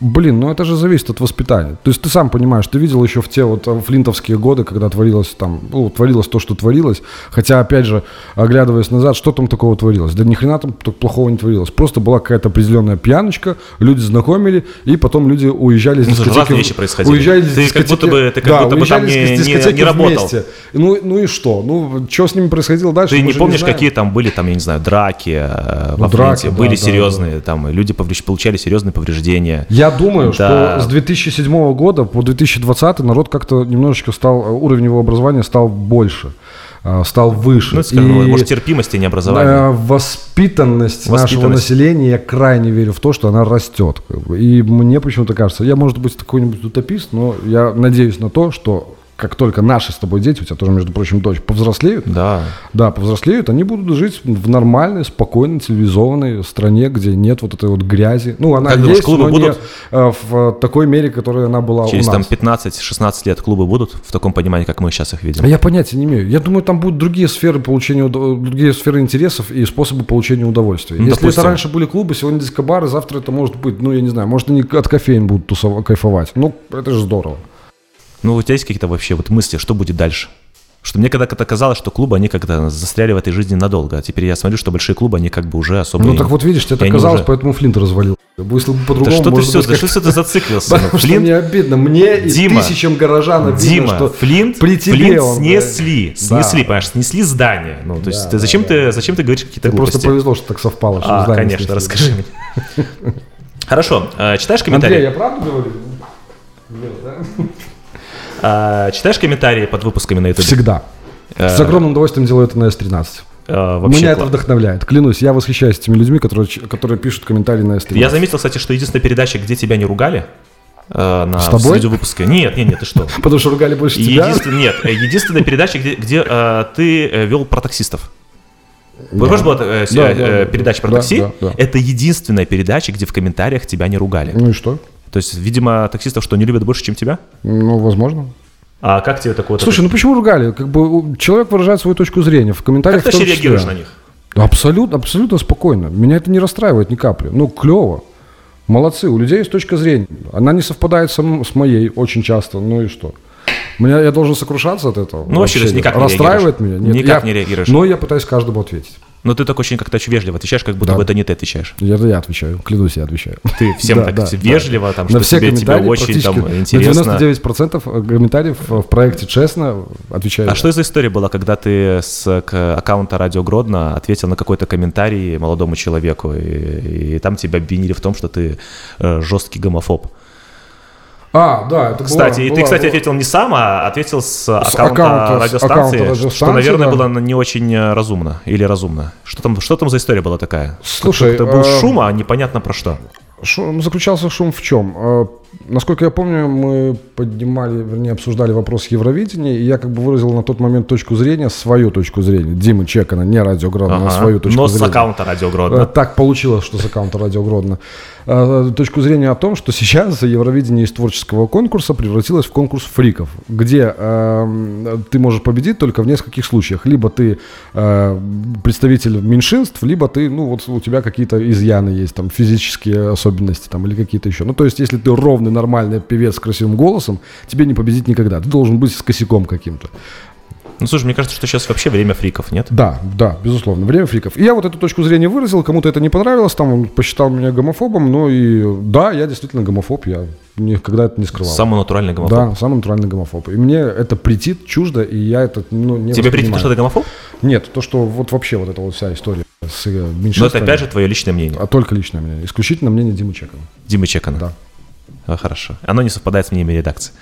Speaker 3: блин, ну это же зависит от воспитания. То есть ты сам понимаешь, ты видел еще в те вот э, флинтовские годы, когда творилось там, ну, творилось то, что творилось. Хотя, опять же, оглядываясь назад, что там такого творилось? Да ни хрена там так плохого не творилось. Просто была какая-то определенная пьяночка, люди знакомили, и потом люди уезжали из
Speaker 2: Ну, слушай,
Speaker 3: дискотеки.
Speaker 2: разные вещи происходили.
Speaker 3: Уезжали из
Speaker 2: Ты как
Speaker 3: дискотеки-
Speaker 2: будто бы- ты как
Speaker 3: да,
Speaker 2: будто бы там
Speaker 3: уезжали из
Speaker 2: не- не-
Speaker 3: дискотеки
Speaker 2: не работал.
Speaker 3: вместе. Ну, ну и что? Ну, что с ними происходило дальше?
Speaker 2: Ты
Speaker 3: мы
Speaker 2: не
Speaker 3: же
Speaker 2: помнишь,
Speaker 3: знаем.
Speaker 2: какие там были, там, я не знаю, драки э,
Speaker 3: Ну,
Speaker 2: во
Speaker 3: драка,
Speaker 2: фронте?
Speaker 3: да,
Speaker 2: были
Speaker 3: да,
Speaker 2: серьезные, там, люди повреж- получали серьезные повреждения.
Speaker 3: Я думаю,
Speaker 2: Да.
Speaker 3: что с 2007 года по 2020 народ как-то немножечко стал, э, уровень его образования стал больше, э, стал выше.
Speaker 2: Ну, это, скажем,
Speaker 3: И,
Speaker 2: может, терпимости не образования.
Speaker 3: э, Воспитанность, нашего
Speaker 2: Воспитанность.
Speaker 3: населения, я крайне верю в то, что она растет. как бы. И мне почему-то кажется, я, может быть, какой-нибудь утопист, но я надеюсь на то, что как только наши с тобой дети, у тебя тоже, между прочим, дочь, повзрослеют,
Speaker 2: Да.
Speaker 3: да, повзрослеют, они будут жить в нормальной, спокойной, цивилизованной стране, где нет вот этой вот грязи. Ну, она
Speaker 2: Как думаешь,
Speaker 3: есть,
Speaker 2: клубы
Speaker 3: но
Speaker 2: будут?
Speaker 3: не э, в э, такой мере, которая она была
Speaker 2: Через
Speaker 3: А у
Speaker 2: там
Speaker 3: нас.
Speaker 2: 15-16 лет клубы будут в таком понимании, как мы сейчас их видим.
Speaker 3: А Я понятия не имею. Я думаю, там будут другие сферы получения, удо- другие сферы интересов и способы получения удовольствия. Если
Speaker 2: Ну, допустим.
Speaker 3: это раньше были клубы, сегодня дискобары, завтра это может быть, ну, я не знаю, может, они от кофеин будут тусово- кайфовать. Ну, это же здорово.
Speaker 2: Ну, у тебя есть какие-то вообще вот мысли, что будет дальше? Что мне когда-то казалось, что клубы, они как-то застряли в этой жизни надолго. А теперь я смотрю, что большие клубы, они как бы уже особо...
Speaker 3: Ну,
Speaker 2: и-
Speaker 3: так вот, видишь, тебе
Speaker 2: и
Speaker 3: так
Speaker 2: они
Speaker 3: казалось,
Speaker 2: уже-
Speaker 3: поэтому Флинт развалил. Если бы
Speaker 2: Да
Speaker 3: по-другому,
Speaker 2: что ты
Speaker 3: может
Speaker 2: все,
Speaker 3: быть,
Speaker 2: да
Speaker 3: как-то-
Speaker 2: что ты
Speaker 3: (laughs)
Speaker 2: зацикливался? ну,
Speaker 3: Потому что
Speaker 2: Флинт,
Speaker 3: мне обидно. Мне и
Speaker 2: Дима,
Speaker 3: тысячам горожан обидно,
Speaker 2: Дима,
Speaker 3: что
Speaker 2: Флинт,
Speaker 3: при тебе
Speaker 2: Флинт
Speaker 3: он,
Speaker 2: снесли,
Speaker 3: да.
Speaker 2: снесли,
Speaker 3: Да.
Speaker 2: понимаешь, снесли здание. Ну, то есть
Speaker 3: Да,
Speaker 2: ты,
Speaker 3: да,
Speaker 2: зачем,
Speaker 3: да.
Speaker 2: ты, зачем ты говоришь какие-то глупости?
Speaker 3: Просто повезло, что так совпало. Что
Speaker 2: а,
Speaker 3: здание
Speaker 2: конечно,
Speaker 3: снесли.
Speaker 2: расскажи мне.
Speaker 3: (laughs)
Speaker 2: Хорошо, э, читаешь комментарии?
Speaker 3: Андрей, я правду говорю? Нет, да?
Speaker 2: А, читаешь комментарии под выпусками на Э, YouTube?
Speaker 3: Всегда. С огромным удовольствием делаю это на S13.
Speaker 2: э, вообще
Speaker 3: Меня это
Speaker 2: классно.
Speaker 3: вдохновляет. Клянусь, я восхищаюсь этими людьми, которые, ч- которые пишут комментарии на стрим.
Speaker 2: Я заметил, кстати, что единственная передача, где тебя не ругали, э, на
Speaker 3: С тобой?
Speaker 2: видеовыпуске. Нет, нет, нет, ты что?
Speaker 3: (laughs) Потому что ругали больше (laughs) тебя.
Speaker 2: Единствен- Нет, э, единственная передача, где, где, э, ты э, вел про таксистов. Помнишь, была э, с-
Speaker 3: Да,
Speaker 2: э,
Speaker 3: да,
Speaker 2: э,
Speaker 3: да.
Speaker 2: передача про
Speaker 3: Да,
Speaker 2: такси?
Speaker 3: да, да.
Speaker 2: Это единственная передача, где в комментариях тебя не ругали.
Speaker 3: Ну и что?
Speaker 2: То есть, видимо, таксистов что, не любят больше, чем тебя?
Speaker 3: Ну, возможно.
Speaker 2: А как тебе такое?
Speaker 3: Слушай, ну почему ругали? Как бы у- человек выражает свою точку зрения в комментариях.
Speaker 2: как ты
Speaker 3: в том
Speaker 2: вообще
Speaker 3: числе.
Speaker 2: реагируешь на них?
Speaker 3: Абсолютно, абсолютно спокойно. Меня это не расстраивает ни капли. Ну, клево. Молодцы, у людей есть точка зрения. Она не совпадает со м- с моей очень часто. Ну и что? Меня, я должен сокрушаться от этого.
Speaker 2: Ну, вообще, то есть
Speaker 3: нет.
Speaker 2: никак не
Speaker 3: Расстраивает
Speaker 2: реагируешь?
Speaker 3: меня? Нет,
Speaker 2: Никак
Speaker 3: я-
Speaker 2: не реагируешь.
Speaker 3: Но я пытаюсь каждому ответить.
Speaker 2: Ну, ты так очень как-то очень вежливо отвечаешь, как будто
Speaker 3: Да.
Speaker 2: бы это не ты отвечаешь.
Speaker 3: Я, я отвечаю, клянусь, я отвечаю.
Speaker 2: Ты всем
Speaker 3: Да,
Speaker 2: так
Speaker 3: да,
Speaker 2: все
Speaker 3: да.
Speaker 2: вежливо, там,
Speaker 3: на
Speaker 2: что
Speaker 3: все
Speaker 2: тебе, тебе
Speaker 3: комментарии
Speaker 2: очень
Speaker 3: практически
Speaker 2: там
Speaker 3: на
Speaker 2: интересно.
Speaker 3: 99% э, комментариев в проекте «Честно» отвечаю.
Speaker 2: А
Speaker 3: я.
Speaker 2: что за история была, когда ты с к- аккаунта Радио Гродно ответил на какой-то комментарий молодому человеку, и, и там тебя обвинили в том, что ты э, жесткий гомофоб?
Speaker 3: А, да, это была-
Speaker 2: Кстати, и ты,
Speaker 3: была-
Speaker 2: кстати,
Speaker 3: была.
Speaker 2: ответил не сам, а ответил с аккаунта,
Speaker 3: аккаунта- с
Speaker 2: радиостанции,
Speaker 3: аккаунта радиостанции,
Speaker 2: что, наверное,
Speaker 3: да.
Speaker 2: было не очень э, разумно или разумно. Что там, что там за история была такая?
Speaker 3: Слушай,
Speaker 2: Это был
Speaker 3: э,
Speaker 2: шум, а непонятно про что.
Speaker 3: Шум, ну, заключался шум в чем? Э, Насколько я помню, мы поднимали, вернее, обсуждали вопрос Евровидения, и я как бы выразил на тот момент точку зрения, свою точку зрения, Димы Чекана, не радиограмма,
Speaker 2: Ага.
Speaker 3: а свою точку
Speaker 2: Но с
Speaker 3: зрения.
Speaker 2: аккаунта Радио
Speaker 3: Э,
Speaker 2: Гродно.
Speaker 3: Так получилось, что с аккаунта Радио Гродно. Э, Точку зрения о том, что сейчас Евровидение из творческого конкурса превратилось в конкурс фриков, где эм, ты можешь победить только в нескольких случаях. Либо ты э, представитель меньшинств, либо ты, ну вот у тебя какие-то изъяны есть, там физические особенности там, или какие-то еще. Ну то есть если ты ровный, нормальный певец с красивым голосом, тебе не победить никогда. Ты должен быть с косяком каким-то.
Speaker 2: Ну, слушай, мне кажется, что сейчас вообще время фриков, нет?
Speaker 3: Да, да, безусловно, время фриков. И я вот эту точку зрения выразил, кому-то это не понравилось, там он посчитал меня гомофобом, но и да, я действительно гомофоб, я никогда это не скрывал.
Speaker 2: Самый натуральный гомофоб.
Speaker 3: Да, самый натуральный гомофоб. И мне это претит, чуждо, и я это ну, не
Speaker 2: Тебе прийти,
Speaker 3: воспринимаю.
Speaker 2: что ты гомофоб?
Speaker 3: Нет, то, что вот вообще вот эта вот вся история с э,
Speaker 2: Но
Speaker 3: меньшинствами.
Speaker 2: это опять же твое личное мнение,
Speaker 3: А только личное мнение, исключительно мнение Димы Чекова.
Speaker 2: Димы Чекана.
Speaker 3: Да.
Speaker 2: А, хорошо. Оно не совпадает с мнениями редакции.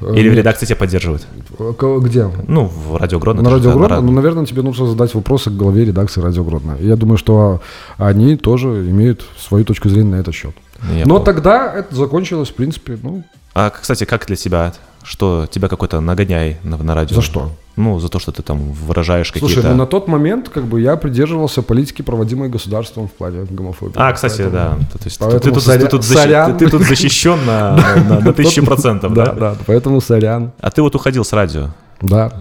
Speaker 3: Э,
Speaker 2: Или в
Speaker 3: нет.
Speaker 2: редакции тебя поддерживают?
Speaker 3: Э, к- Где?
Speaker 2: Ну, в Радио Гродно.
Speaker 3: На
Speaker 2: ты же,
Speaker 3: Радио
Speaker 2: да,
Speaker 3: Гродно?
Speaker 2: ра-
Speaker 3: Ну, наверное, тебе нужно задать вопросы к главе редакции Радио Гродно. Я думаю, что они тоже имеют свою точку зрения на этот счет.
Speaker 2: Я
Speaker 3: ну, Но
Speaker 2: помню.
Speaker 3: тогда это закончилось, в принципе, ну,
Speaker 2: А, кстати, как для тебя? Что тебя какой-то нагоняй на, на радио?
Speaker 3: за что?
Speaker 2: Ну, за то, что ты там выражаешь какие-то...
Speaker 3: Слушай, ну на тот момент как бы я придерживался политики, проводимой государством в плане гомофобии.
Speaker 2: А, кстати,
Speaker 3: Поэтому-
Speaker 2: да. То есть ты- ты,
Speaker 3: Поэтому
Speaker 2: тут,
Speaker 3: соря-
Speaker 2: ты тут защи-
Speaker 3: сорян.
Speaker 2: ты- ты тут защищен
Speaker 3: (laughs)
Speaker 2: на, на- на тысячи процентов,
Speaker 3: Да,
Speaker 2: да?
Speaker 3: да, поэтому сорян.
Speaker 2: А ты вот уходил с радио,
Speaker 3: Да,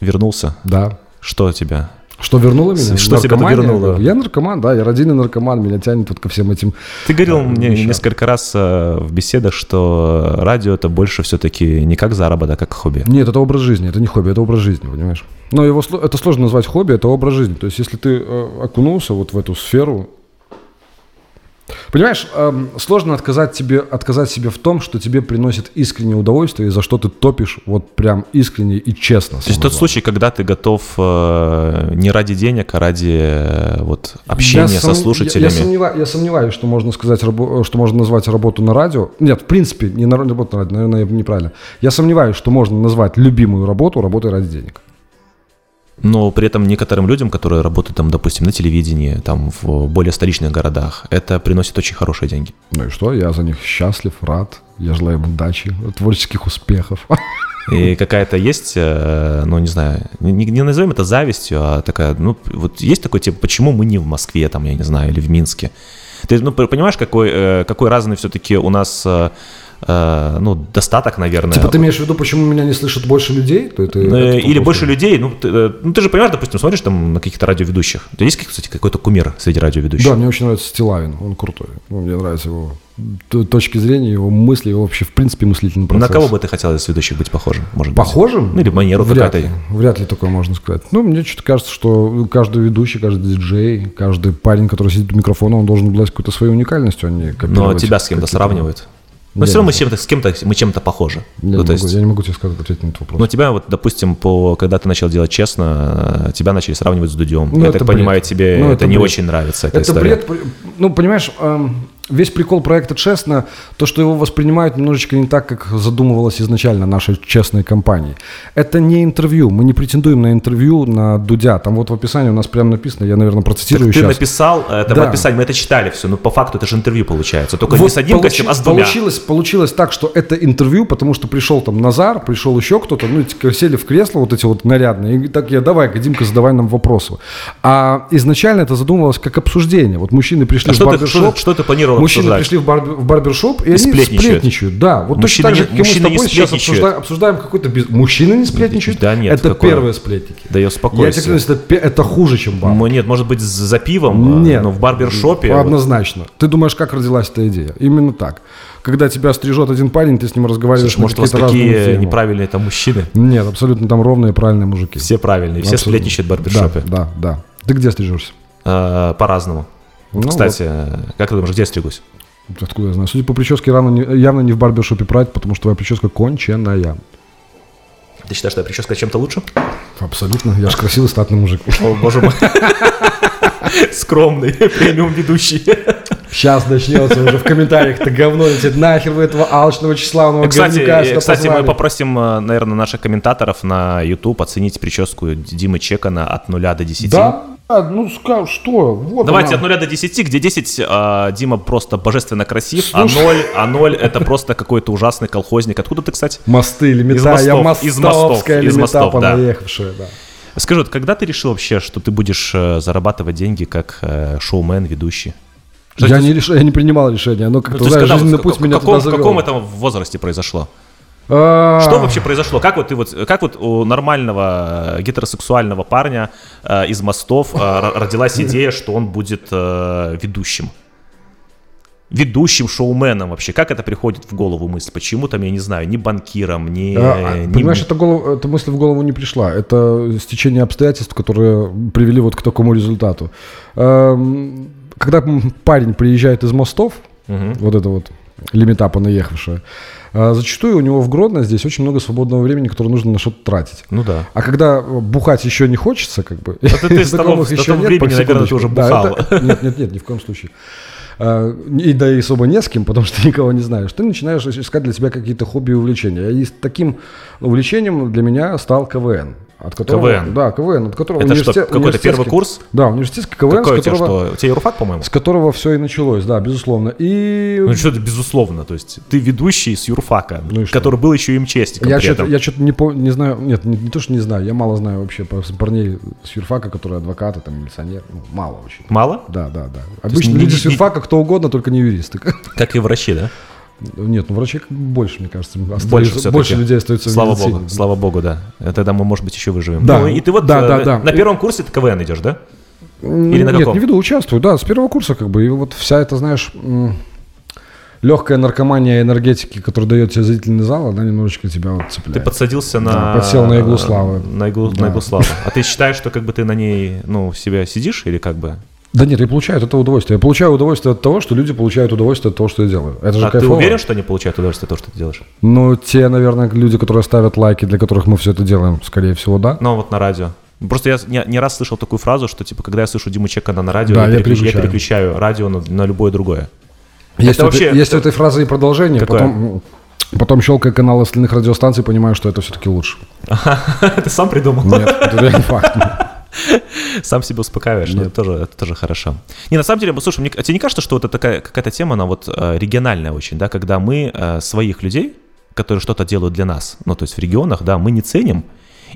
Speaker 2: вернулся.
Speaker 3: да.
Speaker 2: Что тебя?
Speaker 3: Что вернуло меня?
Speaker 2: Что тебя
Speaker 3: Наркомания?
Speaker 2: вернуло?
Speaker 3: Я наркоман, да, я родильный наркоман, меня тянет вот ко всем этим.
Speaker 2: Ты говорил мне
Speaker 3: ничего.
Speaker 2: несколько раз э, в беседах, что радио это больше все-таки не как заработок, а как хобби.
Speaker 3: Нет, это образ жизни, это не хобби, это образ жизни, понимаешь? Но его, сло- это сложно назвать хобби, это образ жизни. То есть, если ты э, окунулся вот в эту сферу, понимаешь, эм, сложно отказать, тебе, отказать себе в том, что тебе приносит искреннее удовольствие, и за что ты топишь вот прям искренне и честно.
Speaker 2: То есть тот случай, когда ты готов э, не ради денег, а ради э, вот, общения со слушателями.
Speaker 3: Я, сомнева- я сомневаюсь, что можно сказать, рабо- э, что можно назвать работу на радио. Нет, в принципе, не на работу на радио, наверное, я неправильно. Я сомневаюсь, что можно назвать любимую работу работой ради денег.
Speaker 2: Но при этом некоторым людям, которые работают там, допустим, на телевидении, там в более столичных городах, это приносит очень хорошие деньги.
Speaker 3: Ну и что? Я за них счастлив, рад. Я желаю им удачи, творческих успехов.
Speaker 2: И какая-то есть, э, ну не знаю, не, не назовем это завистью, а такая, ну вот есть такой тип, почему мы не в Москве, там, я не знаю, или в Минске. Ты ну, п- понимаешь, какой, э, какой разный все-таки у нас, э, э, ну, достаток, наверное.
Speaker 3: (laughs) Типа ты имеешь в виду, почему меня не слышат больше людей? То это-
Speaker 2: Ну,
Speaker 3: это
Speaker 2: э, Или
Speaker 3: вопрос.
Speaker 2: больше людей, ну ты, э, ну, ты же понимаешь, допустим, смотришь там на каких-то радиоведущих. У тебя есть, кстати, какой-то кумир среди радиоведущих?
Speaker 3: Да, мне очень нравится Стилавин, он крутой. Ну, мне нравится его т- точки зрения, его мысли, его вообще, в принципе, мыслительный процесс.
Speaker 2: На кого бы ты хотел из ведущих быть похожим, может быть?
Speaker 3: Похожим?
Speaker 2: Ну, или манеру
Speaker 3: Вряд
Speaker 2: какая-то.
Speaker 3: ли. Вряд ли такое можно сказать. Ну, мне что-то кажется, что каждый ведущий, каждый диджей, каждый парень, который сидит у микрофона, он должен обладать какой-то своей уникальностью, а не
Speaker 2: Но
Speaker 3: копировать
Speaker 2: тебя с кем-то
Speaker 3: какие-то-
Speaker 2: сравнивают. Но
Speaker 3: Я
Speaker 2: все равно мы с чем-то, с кем-то, мы чем-то похожи.
Speaker 3: Я,
Speaker 2: Ну,
Speaker 3: не
Speaker 2: то
Speaker 3: могу,
Speaker 2: есть- Ну,
Speaker 3: я не могу тебе сказать, ответить на этот вопрос.
Speaker 2: Но тебя вот, допустим, по, когда ты начал делать честно, э, тебя начали сравнивать с Дудем.
Speaker 3: Ну,
Speaker 2: Я
Speaker 3: это
Speaker 2: так понимаю,
Speaker 3: бред.
Speaker 2: тебе
Speaker 3: Ну,
Speaker 2: это,
Speaker 3: это
Speaker 2: не
Speaker 3: бред.
Speaker 2: очень нравится. Эта
Speaker 3: Это
Speaker 2: история.
Speaker 3: бред. при- Ну, понимаешь, эм, Весь прикол проекта «Честно» то, что его воспринимают немножечко не так, как задумывалось изначально нашей честной компании. Это не интервью, мы не претендуем на интервью на Дудя. Там вот в описании у нас прямо написано, я, наверное, процитирую
Speaker 2: Ты
Speaker 3: сейчас.
Speaker 2: написал, э, это
Speaker 3: Да.
Speaker 2: в описании, мы это читали все, но по факту это же интервью получается. Только не
Speaker 3: Вот
Speaker 2: с одним
Speaker 3: получи-
Speaker 2: гостем, а с двумя.
Speaker 3: Получилось, получилось так, что это интервью, потому что пришел там Назар, пришел еще кто-то, ну, эти- сели в кресло вот эти вот нарядные, и так я, давай-ка, Димка, задавай нам вопросы. А изначально это задумывалось как обсуждение. Вот мужчины пришли
Speaker 2: А
Speaker 3: в
Speaker 2: что ты,
Speaker 3: барбершоп.
Speaker 2: что, ты- что ты планировал
Speaker 3: Мужчины
Speaker 2: обсуждать?
Speaker 3: пришли в, барбе- в барбершоп и, они
Speaker 2: сплетничают.
Speaker 3: сплетничают. Да, вот
Speaker 2: Мужчины
Speaker 3: точно так же,
Speaker 2: не-
Speaker 3: как и мы с
Speaker 2: мужчины не
Speaker 3: тобой сейчас
Speaker 2: сплетничают.
Speaker 3: обсужда- обсуждаем какой-то... Без... Мужчины не сплетничают?
Speaker 2: Да нет,
Speaker 3: Это
Speaker 2: какое?
Speaker 3: первые сплетники.
Speaker 2: Да я
Speaker 3: Я
Speaker 2: успокойся.
Speaker 3: тебе клянусь, это, пе- это хуже, чем бабы.
Speaker 2: Ну, нет, может быть, з- за пивом, э,
Speaker 3: Нет.
Speaker 2: но в барбершопе. вот.
Speaker 3: Однозначно. Ты думаешь, как родилась эта идея? Именно так. Когда тебя стрижет один парень, ты с ним разговариваешь
Speaker 2: Слушай, может, у
Speaker 3: на
Speaker 2: вас
Speaker 3: какие-то разные
Speaker 2: такие
Speaker 3: темы.
Speaker 2: неправильные там мужчины?
Speaker 3: Нет, абсолютно там ровные правильные мужики.
Speaker 2: Все правильные, все
Speaker 3: Абсолютно.
Speaker 2: сплетничают в барбершопе.
Speaker 3: Да, да, да. Ты где стрижешься?
Speaker 2: Э, По-разному.
Speaker 3: Ну,
Speaker 2: Кстати, э, как ты думаешь, где я стригусь?
Speaker 3: вот. откуда я знаю? Судя по прическе, рано не- явно не в барбершопе прать, потому что твоя прическа конченая.
Speaker 2: Ты считаешь, что я прическа чем-то лучше?
Speaker 3: Абсолютно. Я же красивый статный мужик.
Speaker 2: О, боже мой. (laughs) Скромный, (laughs) премиум ведущий.
Speaker 3: Сейчас начнется уже в комментариях. Ты говно летит. Нахер вы этого алчного числа
Speaker 2: Кстати, э, кстати мы попросим, э, наверное, наших комментаторов на YouTube оценить прическу Димы Чекана от 0 до 10.
Speaker 3: Да? А, ну, ска- что? Вот
Speaker 2: Давайте
Speaker 3: она.
Speaker 2: от 0 до 10, где 10 а, Дима просто божественно красив, а
Speaker 3: Слушай.
Speaker 2: 0, а 0 это просто какой-то ужасный колхозник. Откуда ты, кстати?
Speaker 3: Мосты лимита,
Speaker 2: Из
Speaker 3: я
Speaker 2: мостов, из
Speaker 3: мостовская
Speaker 2: мостов, из
Speaker 3: лимита
Speaker 2: мостов, да.
Speaker 3: понаехавшая, да.
Speaker 2: Скажи, вот когда ты решил вообще, что ты будешь э, зарабатывать деньги как э, шоумен, ведущий? Что
Speaker 3: Я
Speaker 2: это-
Speaker 3: не, реш... я не принимал решения, но
Speaker 2: Ну,
Speaker 3: как-то,
Speaker 2: то есть
Speaker 3: знаешь,
Speaker 2: когда вот
Speaker 3: жизненный
Speaker 2: в
Speaker 3: путь
Speaker 2: как-
Speaker 3: меня
Speaker 2: каком,
Speaker 3: туда
Speaker 2: в
Speaker 3: завел.
Speaker 2: каком это возрасте произошло?
Speaker 3: А,
Speaker 2: Что вообще произошло? Как вот ты вот, как вот у нормального э, гетеросексуального парня э, из мостов э, ро- родилась идея, что он будет э, ведущим? Ведущим шоуменом вообще. Как это приходит в голову мысль? Почему там, я не знаю, ни банкиром, ни...
Speaker 3: а,
Speaker 2: ни-
Speaker 3: Понимаешь, это голов- эта мысль в голову не пришла. Это стечение обстоятельств, которые привели вот к такому результату. Эм, Когда м, парень приезжает из мостов,
Speaker 2: Мгм.
Speaker 3: вот это вот лимита понаехавшая, э, зачастую у него в Гродно здесь очень много свободного времени, которое нужно на что-то тратить.
Speaker 2: Ну да.
Speaker 3: А когда э, бухать еще не хочется, как бы. (laughs)
Speaker 2: Это ты
Speaker 3: и
Speaker 2: с
Speaker 3: знакомых
Speaker 2: того- с
Speaker 3: еще
Speaker 2: того
Speaker 3: нет,
Speaker 2: времени,
Speaker 3: по
Speaker 2: наверное, ты уже
Speaker 3: секундочку. Да,
Speaker 2: бухал.
Speaker 3: это- (laughs) Нет, нет, нет, ни в коем случае. А, И да и особо не с кем, потому что (laughs) никого не знаешь. Ты начинаешь искать для себя какие-то хобби и увлечения. И с таким увлечением для меня стал КВН. От которого,
Speaker 2: КВН?
Speaker 3: Да, КВН, от которого
Speaker 2: Это что,
Speaker 3: университет-
Speaker 2: какой-то первый
Speaker 3: университетский-
Speaker 2: курс?
Speaker 3: Да, университетский КВН,
Speaker 2: Какой у
Speaker 3: с,
Speaker 2: тебя
Speaker 3: которого,
Speaker 2: что? У тебя Еруфак, по-моему?
Speaker 3: с которого все и началось, да, безусловно. И
Speaker 2: Ну что-то безусловно. То есть ты ведущий с Юрфака,
Speaker 3: Ну и что?
Speaker 2: который был еще и МЧСником
Speaker 3: Я
Speaker 2: при
Speaker 3: что-то
Speaker 2: этом.
Speaker 3: я что-то не по- не знаю, нет, не, не то что не знаю, я мало знаю вообще по- парней с юрфака, которые адвокаты, там милиционер, ну, мало очень.
Speaker 2: Мало?
Speaker 3: Да, да, да. Обычно
Speaker 2: не-
Speaker 3: люди
Speaker 2: не-
Speaker 3: с юрфака кто угодно, только не юристы. (laughs)
Speaker 2: Как и врачи, да?
Speaker 3: Нет, ну врачей как бы больше, мне кажется, остается-
Speaker 2: всё-таки.
Speaker 3: больше людей остается в
Speaker 2: Слава
Speaker 3: медицине.
Speaker 2: богу, слава богу, да. Э, Тогда мы, может быть, еще выживем.
Speaker 3: Да.
Speaker 2: Ну, и ты вот
Speaker 3: Да,
Speaker 2: э,
Speaker 3: да, да.
Speaker 2: на первом курсе ты КВН идешь, да?
Speaker 3: М,
Speaker 2: Или на
Speaker 3: Нет,
Speaker 2: каком?
Speaker 3: не веду, участвую, да, с первого курса как бы. И вот вся эта, знаешь, легкая наркомания энергетики, которую дает тебе зрительный зал, она немножечко тебя вот цепляет.
Speaker 2: Ты подсадился на... э,
Speaker 3: Да, подсел на иглу славы.
Speaker 2: На иглу, на
Speaker 3: Да.
Speaker 2: иглу славы. А ты считаешь, что как бы ты на ней, ну, себя сидишь или как бы?
Speaker 3: Да нет, я получаю от этого удовольствие. Я получаю удовольствие от того, что люди получают удовольствие от того, что я делаю. Это же
Speaker 2: а
Speaker 3: кайфово.
Speaker 2: ты уверен, что они получают удовольствие от того, что ты делаешь?
Speaker 3: Ну, те, наверное, люди, которые ставят лайки, для которых мы все это делаем, скорее всего, да.
Speaker 2: Ну, вот на радио. Просто я не, не раз слышал такую фразу, что типа, когда я слышу Диму Чекана на радио,
Speaker 3: Да, я
Speaker 2: переключ-
Speaker 3: переключаю.
Speaker 2: переключаю радио на, на любое другое. (laughs)
Speaker 3: Есть,
Speaker 2: Это
Speaker 3: у этой-
Speaker 2: вообще-
Speaker 3: есть у этой фразы и продолжение,
Speaker 2: Какое?
Speaker 3: потом, потом щелкая канал остальных радиостанций, понимаю, что это все-таки лучше.
Speaker 2: Ты сам придумал?
Speaker 3: Нет, это реально факт.
Speaker 2: сам себя успокаиваешь, но это тоже, это тоже хорошо. Не, на самом деле, слушай, мне, а тебе не кажется, что вот это такая какая-то тема, она вот э, региональная очень, да, когда мы э, своих людей, которые что-то делают для нас, ну, то есть в регионах, да, мы не ценим,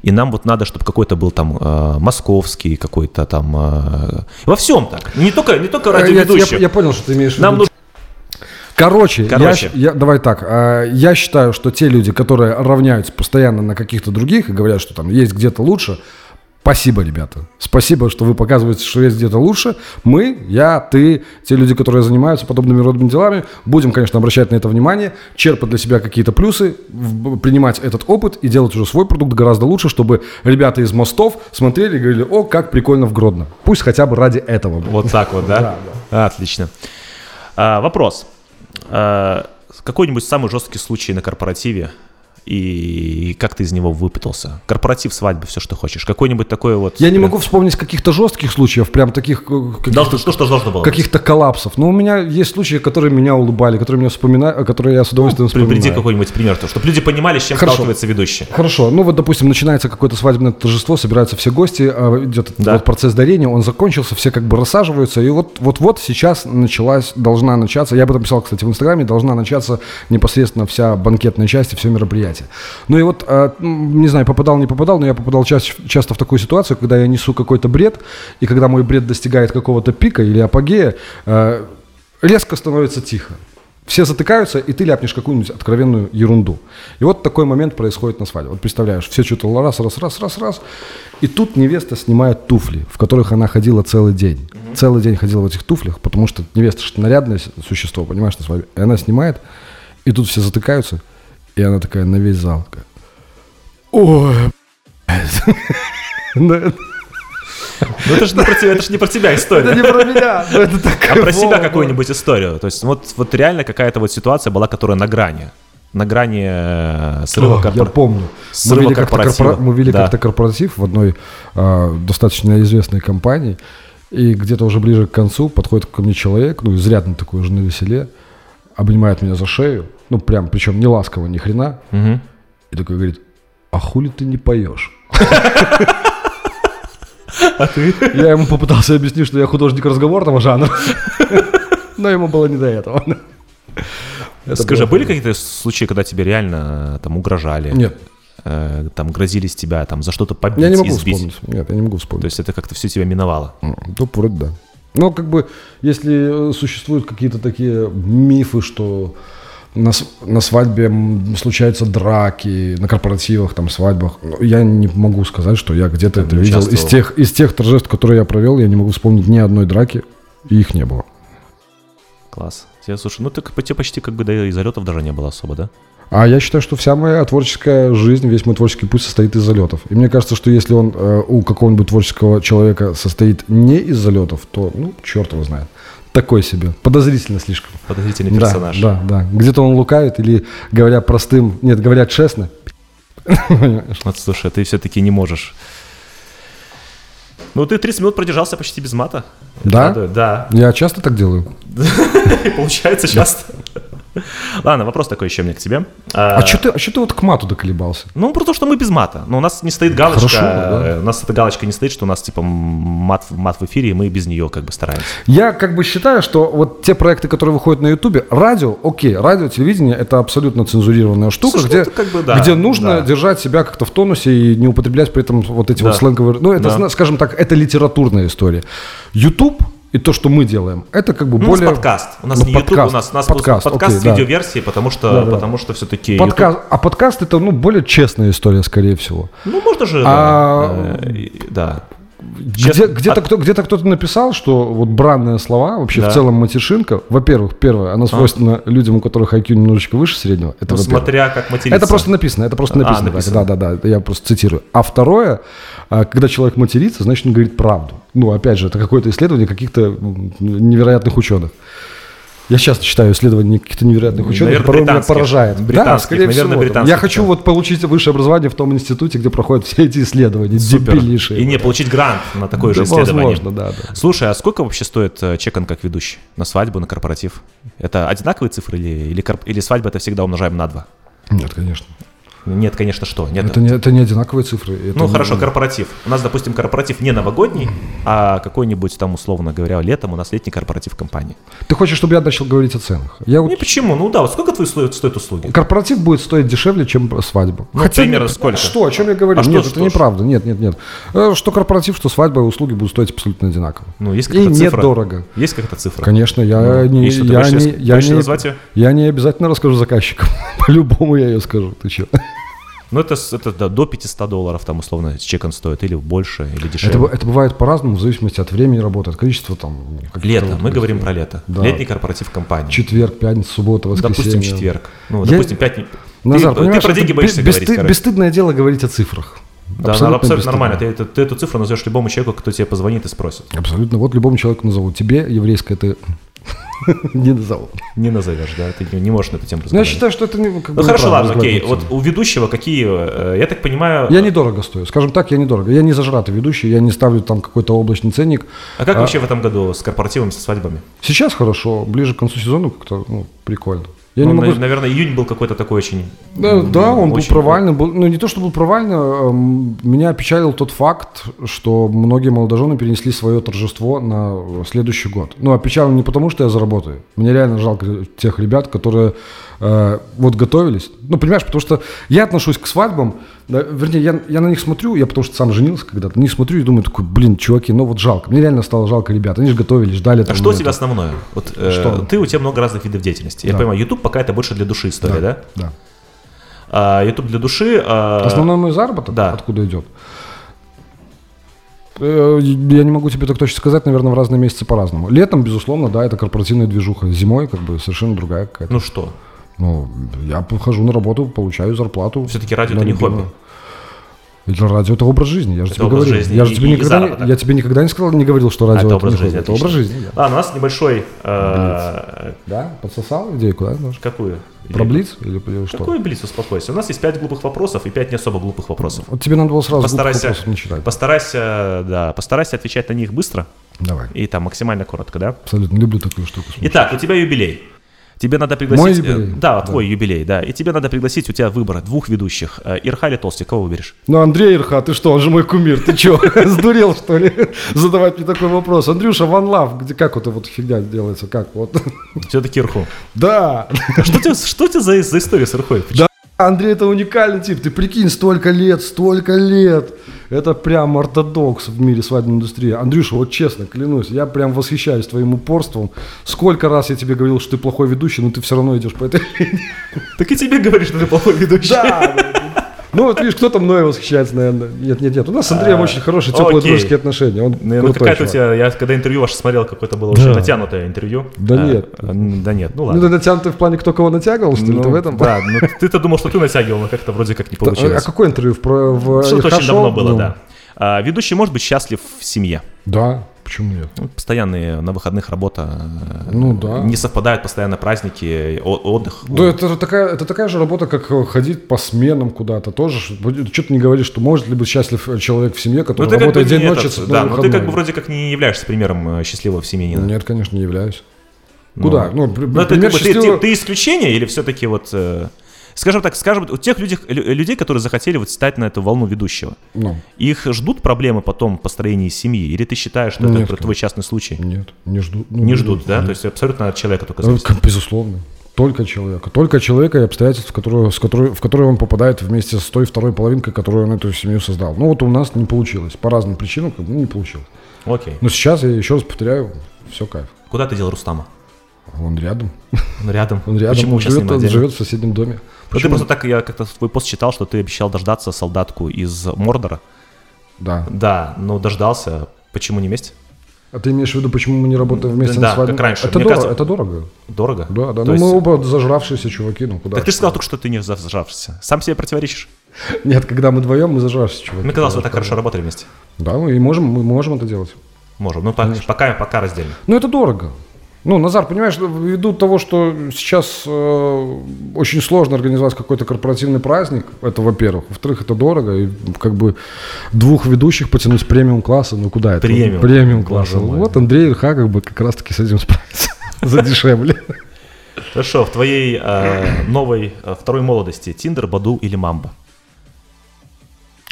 Speaker 2: и нам вот надо, чтобы какой-то был там э, московский, какой-то там... э, во всем так. Не только, не только
Speaker 3: Э, Я-
Speaker 2: ради
Speaker 3: я-
Speaker 2: ведущих.
Speaker 3: Я я понял, что ты имеешь в
Speaker 2: Нам
Speaker 3: виду.
Speaker 2: нужно...
Speaker 3: Короче, я
Speaker 2: Короче.
Speaker 3: щ- Я, давай так. а, Я считаю, что те люди, которые равняются постоянно на каких-то других и говорят, что там есть где-то лучше, спасибо, ребята. Спасибо, что вы показываете, что есть где-то лучше. Мы, я, ты, те люди, которые занимаются подобными родными делами, будем, конечно, обращать на это внимание, черпать для себя какие-то плюсы, в- принимать этот опыт и делать уже свой продукт гораздо лучше, чтобы ребята из мостов смотрели и говорили, о, как прикольно в Гродно. Пусть хотя бы ради этого.
Speaker 2: Вот так вот, да? Отлично. А, вопрос. А, какой-нибудь самый жесткий случай на корпоративе, и как ты из него выпутался? Корпоратив, свадьба, все, что хочешь. Какой-нибудь такой вот... э,
Speaker 3: Я не могу вспомнить каких-то жестких случаев, прям таких... э, каких-
Speaker 2: Должно, что, что должно было быть?
Speaker 3: каких-то коллапсов. Но у меня есть случаи, которые меня улыбали, которые меня вспоминают, которые я с удовольствием
Speaker 2: Ну, При- Приведи
Speaker 3: вспоминаю.
Speaker 2: какой-нибудь пример, чтобы люди понимали, с чем
Speaker 3: Хорошо.
Speaker 2: сталкивается ведущий.
Speaker 3: Хорошо, ну вот, допустим, начинается какое-то свадебное торжество, собираются все гости, а, идет
Speaker 2: Да.
Speaker 3: вот процесс дарения, он закончился, все как бы рассаживаются, и вот, вот, вот сейчас началась, должна начаться, я об этом писал, кстати, в Инстаграме, должна начаться непосредственно вся банкетная часть и все мероприятие. Ну и вот, а, м, не знаю, попадал, не попадал, но я попадал чаще- часто в такую ситуацию, когда я несу какой-то бред, и когда мой бред достигает какого-то пика или апогея, э, резко становится тихо. Все затыкаются, и ты ляпнешь какую-нибудь откровенную ерунду. И вот такой момент происходит на свадьбе. Вот представляешь, все что-то раз, раз, раз, раз, раз. И тут невеста снимает туфли, в которых она ходила целый день. Целый день ходила в этих туфлях, потому что невеста же нарядное с- существо, понимаешь, на свадьбе. И она снимает, и тут все затыкаются, и она такая на весь зал. такая, Ой, (laughs) блядь». (laughs) Ну,
Speaker 2: Ну это же не про тебя, это ж не про тебя история.
Speaker 3: это не про меня, но это
Speaker 2: А
Speaker 3: такая
Speaker 2: про себя
Speaker 3: волна.
Speaker 2: какую-нибудь историю. То есть вот, вот реально какая-то вот ситуация была, которая на грани. На грани э, срыва
Speaker 3: Ох,
Speaker 2: корпор-
Speaker 3: Я помню. Мы
Speaker 2: срыва
Speaker 3: вели, как-то
Speaker 2: корпоратива.
Speaker 3: корпора- мы вели
Speaker 2: Да.
Speaker 3: как-то корпоратив в одной а, достаточно известной компании, и где-то уже ближе к концу подходит ко мне человек, ну, изрядно такой уже на веселе, обнимает меня за шею, ну, прям, причем не ласково, ни хрена,
Speaker 2: Мгм.
Speaker 3: и такой говорит, а хули ты не поешь?
Speaker 2: А
Speaker 3: Я ему попытался объяснить, что я художник разговорного жанра, (laughs) но ему было не до этого.
Speaker 2: Скажи, а
Speaker 3: было
Speaker 2: были какие-то случаи, когда тебе реально э, там угрожали?
Speaker 3: Нет,
Speaker 2: Э, там грозились тебя, там за что-то побить,
Speaker 3: я не могу
Speaker 2: избить?
Speaker 3: вспомнить. Нет, я не могу вспомнить.
Speaker 2: То есть это как-то все тебя миновало.
Speaker 3: Ну, То вроде да. Но как бы, если э, существуют какие-то такие мифы, что на, с- на свадьбе м, случаются драки, на корпоративах, там, свадьбах, ну, я не могу сказать, что я где-то это
Speaker 2: не
Speaker 3: видел. Из
Speaker 2: участвовал.
Speaker 3: тех, из тех торжеств, которые я провел, я не могу вспомнить ни одной драки, и их не было.
Speaker 2: Класс. Я слушай, ну так по тебе почти как бы да, и залетов даже не было особо, да?
Speaker 3: А я считаю, что вся моя творческая жизнь, весь мой творческий путь состоит из залетов. И мне кажется, что если он э, у какого-нибудь творческого человека состоит не из залетов, то, ну, черт его знает. Такой себе. Подозрительно слишком.
Speaker 2: Подозрительный
Speaker 3: Да,
Speaker 2: персонаж.
Speaker 3: Да, да. Где-то он лукавит или, говоря простым, нет,
Speaker 2: (laughs)
Speaker 3: говоря честно.
Speaker 2: Вот слушай, ты все-таки не можешь. Ну, ты 30 минут продержался почти без мата.
Speaker 3: Да?
Speaker 2: Радует, Да. (laughs)
Speaker 3: Я часто так делаю.
Speaker 2: И получается часто. Ладно, вопрос такой еще мне к тебе. Э,
Speaker 3: А что ты, а чё ты вот к мату доколебался?
Speaker 2: Ну, про то, что мы без мата. Но у нас не стоит галочка.
Speaker 3: Хорошо, да.
Speaker 2: э, У нас эта галочка не стоит, что у нас типа м- мат, в- мат в эфире, и мы без нее как бы стараемся.
Speaker 3: Я как бы считаю, что вот те проекты, которые выходят на Ютубе, радио, окей, радио, телевидение это абсолютно цензурированная штука,
Speaker 2: Слушай, ну
Speaker 3: где,
Speaker 2: это как бы да,
Speaker 3: где нужно
Speaker 2: да.
Speaker 3: держать себя как-то в тонусе и не употреблять при этом вот эти
Speaker 2: Да.
Speaker 3: вот сленговые. Ну, это,
Speaker 2: Да.
Speaker 3: зна- скажем так, это литературная история. Ютуб и то, что мы делаем, это как бы
Speaker 2: Ну,
Speaker 3: более.
Speaker 2: У нас подкаст. У нас
Speaker 3: Ну,
Speaker 2: не YouTube, у нас, у нас подкаст, подкаст
Speaker 3: окей,
Speaker 2: в
Speaker 3: да.
Speaker 2: видеоверсии, потому что,
Speaker 3: Да-да-да.
Speaker 2: потому что все-таки.
Speaker 3: Подка- А подкаст это ну более честная история, скорее всего.
Speaker 2: Ну, можно же.
Speaker 3: А-
Speaker 2: да, э, и- Да.
Speaker 3: Где,
Speaker 2: Честно,
Speaker 3: где-то,
Speaker 2: а-
Speaker 3: кто, где-то кто-то написал, что вот бранные слова, вообще
Speaker 2: Да. А.
Speaker 3: в целом матершинка, во-первых, первое, она свойственна людям, у которых IQ немножечко выше среднего. Это,
Speaker 2: ну,
Speaker 3: во-первых.
Speaker 2: смотря как материться.
Speaker 3: это просто написано, это просто
Speaker 2: А,
Speaker 3: написано. так,
Speaker 2: написано.
Speaker 3: Да, да, да, я просто цитирую. А второе, а, когда человек матерится, значит, он говорит правду. Ну, опять же, это какое-то исследование каких-то м, невероятных ученых. Я часто читаю исследования каких-то невероятных ученых,
Speaker 2: Наверное,
Speaker 3: порой меня
Speaker 2: британских.
Speaker 3: поражает. да,
Speaker 2: Британских,
Speaker 3: скорее
Speaker 2: наверное,
Speaker 3: всего. там. Я
Speaker 2: британских,
Speaker 3: хочу
Speaker 2: да.
Speaker 3: вот получить высшее образование в том институте, где проходят все эти исследования,
Speaker 2: Супер.
Speaker 3: дебилейшие.
Speaker 2: И не получить грант на такое же
Speaker 3: Да,
Speaker 2: исследование.
Speaker 3: возможно, да, да.
Speaker 2: Слушай, а сколько вообще стоит э, чекан как ведущий на свадьбу, на корпоратив? Это одинаковые цифры или, или, корп- или свадьба это всегда умножаем на два?
Speaker 3: Нет, конечно.
Speaker 2: Нет, конечно, что? Нет.
Speaker 3: Это не, это не одинаковые цифры. это
Speaker 2: Ну
Speaker 3: не-
Speaker 2: хорошо, корпоратив. У нас, допустим, корпоратив не новогодний, а какой-нибудь там, условно говоря, летом у нас летний корпоратив компании.
Speaker 3: Ты хочешь, чтобы я начал говорить о ценах? Я
Speaker 2: Ну и
Speaker 3: вот...
Speaker 2: почему? Ну да, вот сколько твои сло- стоят услуги?
Speaker 3: Корпоратив будет стоить дешевле, чем свадьба.
Speaker 2: Ну, примерно
Speaker 3: нет,
Speaker 2: сколько?
Speaker 3: Что, о чем я говорю?
Speaker 2: А что,
Speaker 3: нет,
Speaker 2: что
Speaker 3: это
Speaker 2: ж?
Speaker 3: неправда. Нет, нет, нет. Э, Что корпоратив, что свадьба, услуги будут стоить абсолютно одинаково.
Speaker 2: Ну, есть
Speaker 3: И
Speaker 2: какая-то цифра? Ну,
Speaker 3: недорого.
Speaker 2: Есть какая-то цифра?
Speaker 3: Конечно, я не,
Speaker 2: и что, ты
Speaker 3: я
Speaker 2: боишься-
Speaker 3: не, я
Speaker 2: боишься
Speaker 3: не-
Speaker 2: назвать её?
Speaker 3: я не обязательно расскажу заказчикам. (laughs) По-любому я ее скажу. Ты чё?
Speaker 2: Ну это, с- это да, до 500 долларов там условно с чеком стоит, или больше, или дешевле.
Speaker 3: Это, бу- это бывает по-разному, в зависимости от времени работы, от количества там. каких-то
Speaker 2: Лето,
Speaker 3: вот
Speaker 2: мы говорим про лето.
Speaker 3: Да.
Speaker 2: Летний корпоратив компании.
Speaker 3: Четверг, пятница, суббота, воскресенье.
Speaker 2: допустим, четверг. Ну,
Speaker 3: Я-
Speaker 2: допустим, пятница.
Speaker 3: Назар,
Speaker 2: ты,
Speaker 3: понимаешь,
Speaker 2: про деньги
Speaker 3: это
Speaker 2: боишься
Speaker 3: бе-
Speaker 2: говорить,
Speaker 3: бесстыд-
Speaker 2: короче.
Speaker 3: Бесстыдное дело говорить о цифрах.
Speaker 2: Да, абсолютно,
Speaker 3: бесстыдно.
Speaker 2: нормально. Ты, это- ты эту цифру назовешь любому человеку, кто тебе позвонит и спросит.
Speaker 3: Абсолютно. Вот любому человеку назову. Тебе еврейская ты... (laughs) Не назову.
Speaker 2: Не назовешь, да? Ты не, не можешь на эту тему
Speaker 3: Ну, Я
Speaker 2: разговаривать.
Speaker 3: считаю, что это... не- как
Speaker 2: ну
Speaker 3: бы
Speaker 2: хорошо,
Speaker 3: неправильно
Speaker 2: ладно, окей.
Speaker 3: разговаривать.
Speaker 2: Вот у ведущего какие, э, я так понимаю...
Speaker 3: Я недорого стою, скажем так, я недорого. Я не зажратый ведущий, я не ставлю там какой-то облачный ценник.
Speaker 2: А как вообще в этом году с корпоративами, со свадьбами?
Speaker 3: Сейчас хорошо, ближе к концу сезона как-то ну, прикольно. Я
Speaker 2: Ну,
Speaker 3: не
Speaker 2: на-
Speaker 3: могу...
Speaker 2: Наверное, июнь был какой-то такой очень...
Speaker 3: Да,
Speaker 2: м,
Speaker 3: да, он был
Speaker 2: очень-
Speaker 3: провальный. Был, ну, не то, что был провальный, эм, меня опечалил тот факт, что многие молодожены перенесли свое торжество на следующий год. Ну, опечалил не потому, что я заработаю. Мне реально жалко тех ребят, которые э, вот готовились. Ну, понимаешь, потому что я отношусь к свадьбам, да, вернее, я, я на них смотрю, я потому что сам женился когда-то, на них смотрю и думаю, такой, блин, чуваки, ну вот жалко. Мне реально стало жалко ребят, они же готовились, ждали.
Speaker 2: А
Speaker 3: там
Speaker 2: что у
Speaker 3: это.
Speaker 2: тебя основное? Вот, э,
Speaker 3: Что?
Speaker 2: Ты, у тебя много разных видов деятельности. Я
Speaker 3: Да.
Speaker 2: понимаю, YouTube пока это больше для души история, да?
Speaker 3: Да.
Speaker 2: А, YouTube для души... а,
Speaker 3: Основной мой заработок,
Speaker 2: да.
Speaker 3: откуда идет? Э, Я не могу тебе так точно сказать, наверное, в разные месяцы по-разному. Летом, безусловно, да, это корпоративная движуха. Зимой, как бы, совершенно другая какая-то.
Speaker 2: Ну что,
Speaker 3: Ну, я похожу на работу, получаю зарплату.
Speaker 2: все-таки радио это
Speaker 3: Да,
Speaker 2: не
Speaker 3: любимое.
Speaker 2: хобби.
Speaker 3: Ведь радио это образ жизни, я же тебе
Speaker 2: образ
Speaker 3: говорил.
Speaker 2: жизни
Speaker 3: Я же
Speaker 2: и-
Speaker 3: тебе
Speaker 2: и
Speaker 3: никогда
Speaker 2: заработок.
Speaker 3: не, я тебе никогда не сказал, не говорил, что
Speaker 2: А,
Speaker 3: радио
Speaker 2: это
Speaker 3: не
Speaker 2: образ
Speaker 3: хобби.
Speaker 2: жизни,
Speaker 3: Это
Speaker 2: отлично.
Speaker 3: образ жизни. да.
Speaker 2: Ладно, у нас небольшой... э,
Speaker 3: Да, подсосал идейку, да? немножко?
Speaker 2: Какую?
Speaker 3: Про Блиц или или что?
Speaker 2: Какой блиц, успокойся. У нас есть пять глупых вопросов и пять не особо глупых вопросов.
Speaker 3: Вот тебе надо было сразу глупых
Speaker 2: Постарайся,
Speaker 3: вопросов начинать.
Speaker 2: постарайся, да, постарайся отвечать на них быстро
Speaker 3: Давай.
Speaker 2: и там максимально коротко, да?
Speaker 3: Абсолютно люблю такую штуку.
Speaker 2: Итак, у тебя юбилей. Тебе надо пригласить...
Speaker 3: Мой юбилей?
Speaker 2: э, Да,
Speaker 3: Да.
Speaker 2: твой юбилей, да. И тебе надо пригласить, у тебя выбор двух ведущих. э, Ирха или Толстик, кого выберешь?
Speaker 3: Ну, Андрей Ирха, ты что, он же мой кумир, ты что, (laughs) сдурел, что ли, (laughs) задавать мне такой вопрос? Андрюша, ван лав, где, как вот эта вот фигня делается, как вот? (laughs)
Speaker 2: Все-таки Ирху.
Speaker 3: Да,
Speaker 2: (laughs)
Speaker 3: (laughs)
Speaker 2: Что тебе, что тебе за, за история с Ирхой? Почему?
Speaker 3: Да. Андрей это уникальный тип, ты прикинь, столько лет, столько лет. Это прям ортодокс в мире свадебной индустрии. Андрюша, вот честно, клянусь, я прям восхищаюсь твоим упорством. Сколько раз я тебе говорил, что ты плохой ведущий, но ты все равно идешь по этой (laughs) линии.
Speaker 2: Так и тебе говоришь, что ты плохой ведущий.
Speaker 3: Да. Ну вот видишь, кто-то мной восхищается, наверное. Нет, нет, нет. У нас с Андреем
Speaker 2: А,
Speaker 3: очень хорошие, теплые
Speaker 2: окей.
Speaker 3: дружеские отношения. Он
Speaker 2: Ну,
Speaker 3: крутой
Speaker 2: какая-то у
Speaker 3: чувак.
Speaker 2: тебя, я когда интервью ваше смотрел, какое-то было очень натянутое интервью.
Speaker 3: Да
Speaker 2: А,
Speaker 3: нет.
Speaker 2: э, Да нет, ну
Speaker 3: Ну,
Speaker 2: ладно.
Speaker 3: ты натянутый в плане, кто кого натягивал, что ли?
Speaker 2: Ну,
Speaker 3: Ты в этом?
Speaker 2: Да, ну (laughs) ты-то думал, что ты натягивал, но как-то вроде как не
Speaker 3: Т- А
Speaker 2: получилось.
Speaker 3: какой интервью? В, про- в
Speaker 2: Что-то
Speaker 3: «Ирха»
Speaker 2: очень
Speaker 3: шоу?
Speaker 2: давно было,
Speaker 3: Ну,
Speaker 2: да. А, Ведущий может быть счастлив в семье.
Speaker 3: Да, почему нет?
Speaker 2: Ну, Постоянные на выходных работа. э,
Speaker 3: Ну да.
Speaker 2: Не совпадают постоянно праздники, о- отдых.
Speaker 3: Да, Ну, это же такая, это такая же работа, как э, ходить по сменам куда-то тоже. Что ты не говоришь, что может ли быть счастлив э, человек в семье,
Speaker 2: Ну,
Speaker 3: который
Speaker 2: ты как бы
Speaker 3: работает
Speaker 2: не
Speaker 3: день ночи,
Speaker 2: этот,
Speaker 3: с- на
Speaker 2: да, но ты как бы
Speaker 3: выходные?
Speaker 2: вроде как не являешься примером э, счастливого семьянина.
Speaker 3: Нет, конечно, не являюсь. Куда? Ну, при-
Speaker 2: Ну, это как
Speaker 3: пример
Speaker 2: бы ты- ты,
Speaker 3: счастливого-
Speaker 2: ты исключение или все-таки вот... э, Скажем так, скажем, у тех людей, людей, которые захотели вот стать на эту волну ведущего,
Speaker 3: Ну,
Speaker 2: их ждут проблемы потом в построении семьи? Или ты считаешь, что
Speaker 3: Нет,
Speaker 2: это
Speaker 3: конечно.
Speaker 2: твой частный случай?
Speaker 3: нет, не ждут. Ну,
Speaker 2: Не ждут, да?
Speaker 3: нет.
Speaker 2: То есть абсолютно от человека только
Speaker 3: Э,
Speaker 2: зависит.
Speaker 3: к- Безусловно. Только человека. Только человека и обстоятельств, которые, с которой, в которые он попадает вместе с той второй половинкой, которую он эту семью создал. Ну вот у нас не получилось. По разным причинам как бы, ну, не получилось.
Speaker 2: Окей.
Speaker 3: Но сейчас, я еще раз повторяю, все кайф. А
Speaker 2: Куда ты дел Рустама? (laughs)
Speaker 3: Он рядом.
Speaker 2: Он рядом.
Speaker 3: Он рядом.
Speaker 2: Почему
Speaker 3: он,
Speaker 2: сейчас не
Speaker 3: живет,
Speaker 2: на
Speaker 3: он
Speaker 2: отдельно?
Speaker 3: живет в соседнем доме.
Speaker 2: Ну, ты
Speaker 3: Почему?
Speaker 2: просто так, я как-то твой пост читал, что ты обещал дождаться солдатку из Мордора.
Speaker 3: Да.
Speaker 2: Да, но дождался. Почему не месть?
Speaker 3: А ты имеешь в виду, почему мы не работаем вместе
Speaker 2: Да,
Speaker 3: на свадьбе?
Speaker 2: как раньше.
Speaker 3: Это,
Speaker 2: Мне
Speaker 3: дорого,
Speaker 2: кажется-
Speaker 3: это дорого.
Speaker 2: Дорого?
Speaker 3: Да, да.
Speaker 2: То
Speaker 3: ну
Speaker 2: есть-
Speaker 3: мы оба зажравшиеся чуваки, ну куда?
Speaker 2: Так ты же сказал только, что ты не зажавшийся. Сам себе противоречишь.
Speaker 3: Нет, когда мы вдвоем, мы зажравшиеся чуваки.
Speaker 2: Мне казалось, вы так хорошо работали вместе.
Speaker 3: Да, мы и можем, мы можем это делать.
Speaker 2: Можем. Ну, пока, пока, пока раздельно.
Speaker 3: Но это дорого. Ну, Назар, понимаешь, ввиду того, что сейчас э, очень сложно организовать какой-то корпоративный праздник, это во-первых. Во-вторых, это дорого. И как бы двух ведущих потянуть премиум класса, ну куда это?
Speaker 2: Премиум.
Speaker 3: Премиум класса.
Speaker 2: Боже мой.
Speaker 3: Вот Андрей Ирха как бы как раз-таки с этим (laughs) справится. За дешевле.
Speaker 2: Хорошо, в твоей э, новой э, второй молодости Тиндер, Баду или Мамба?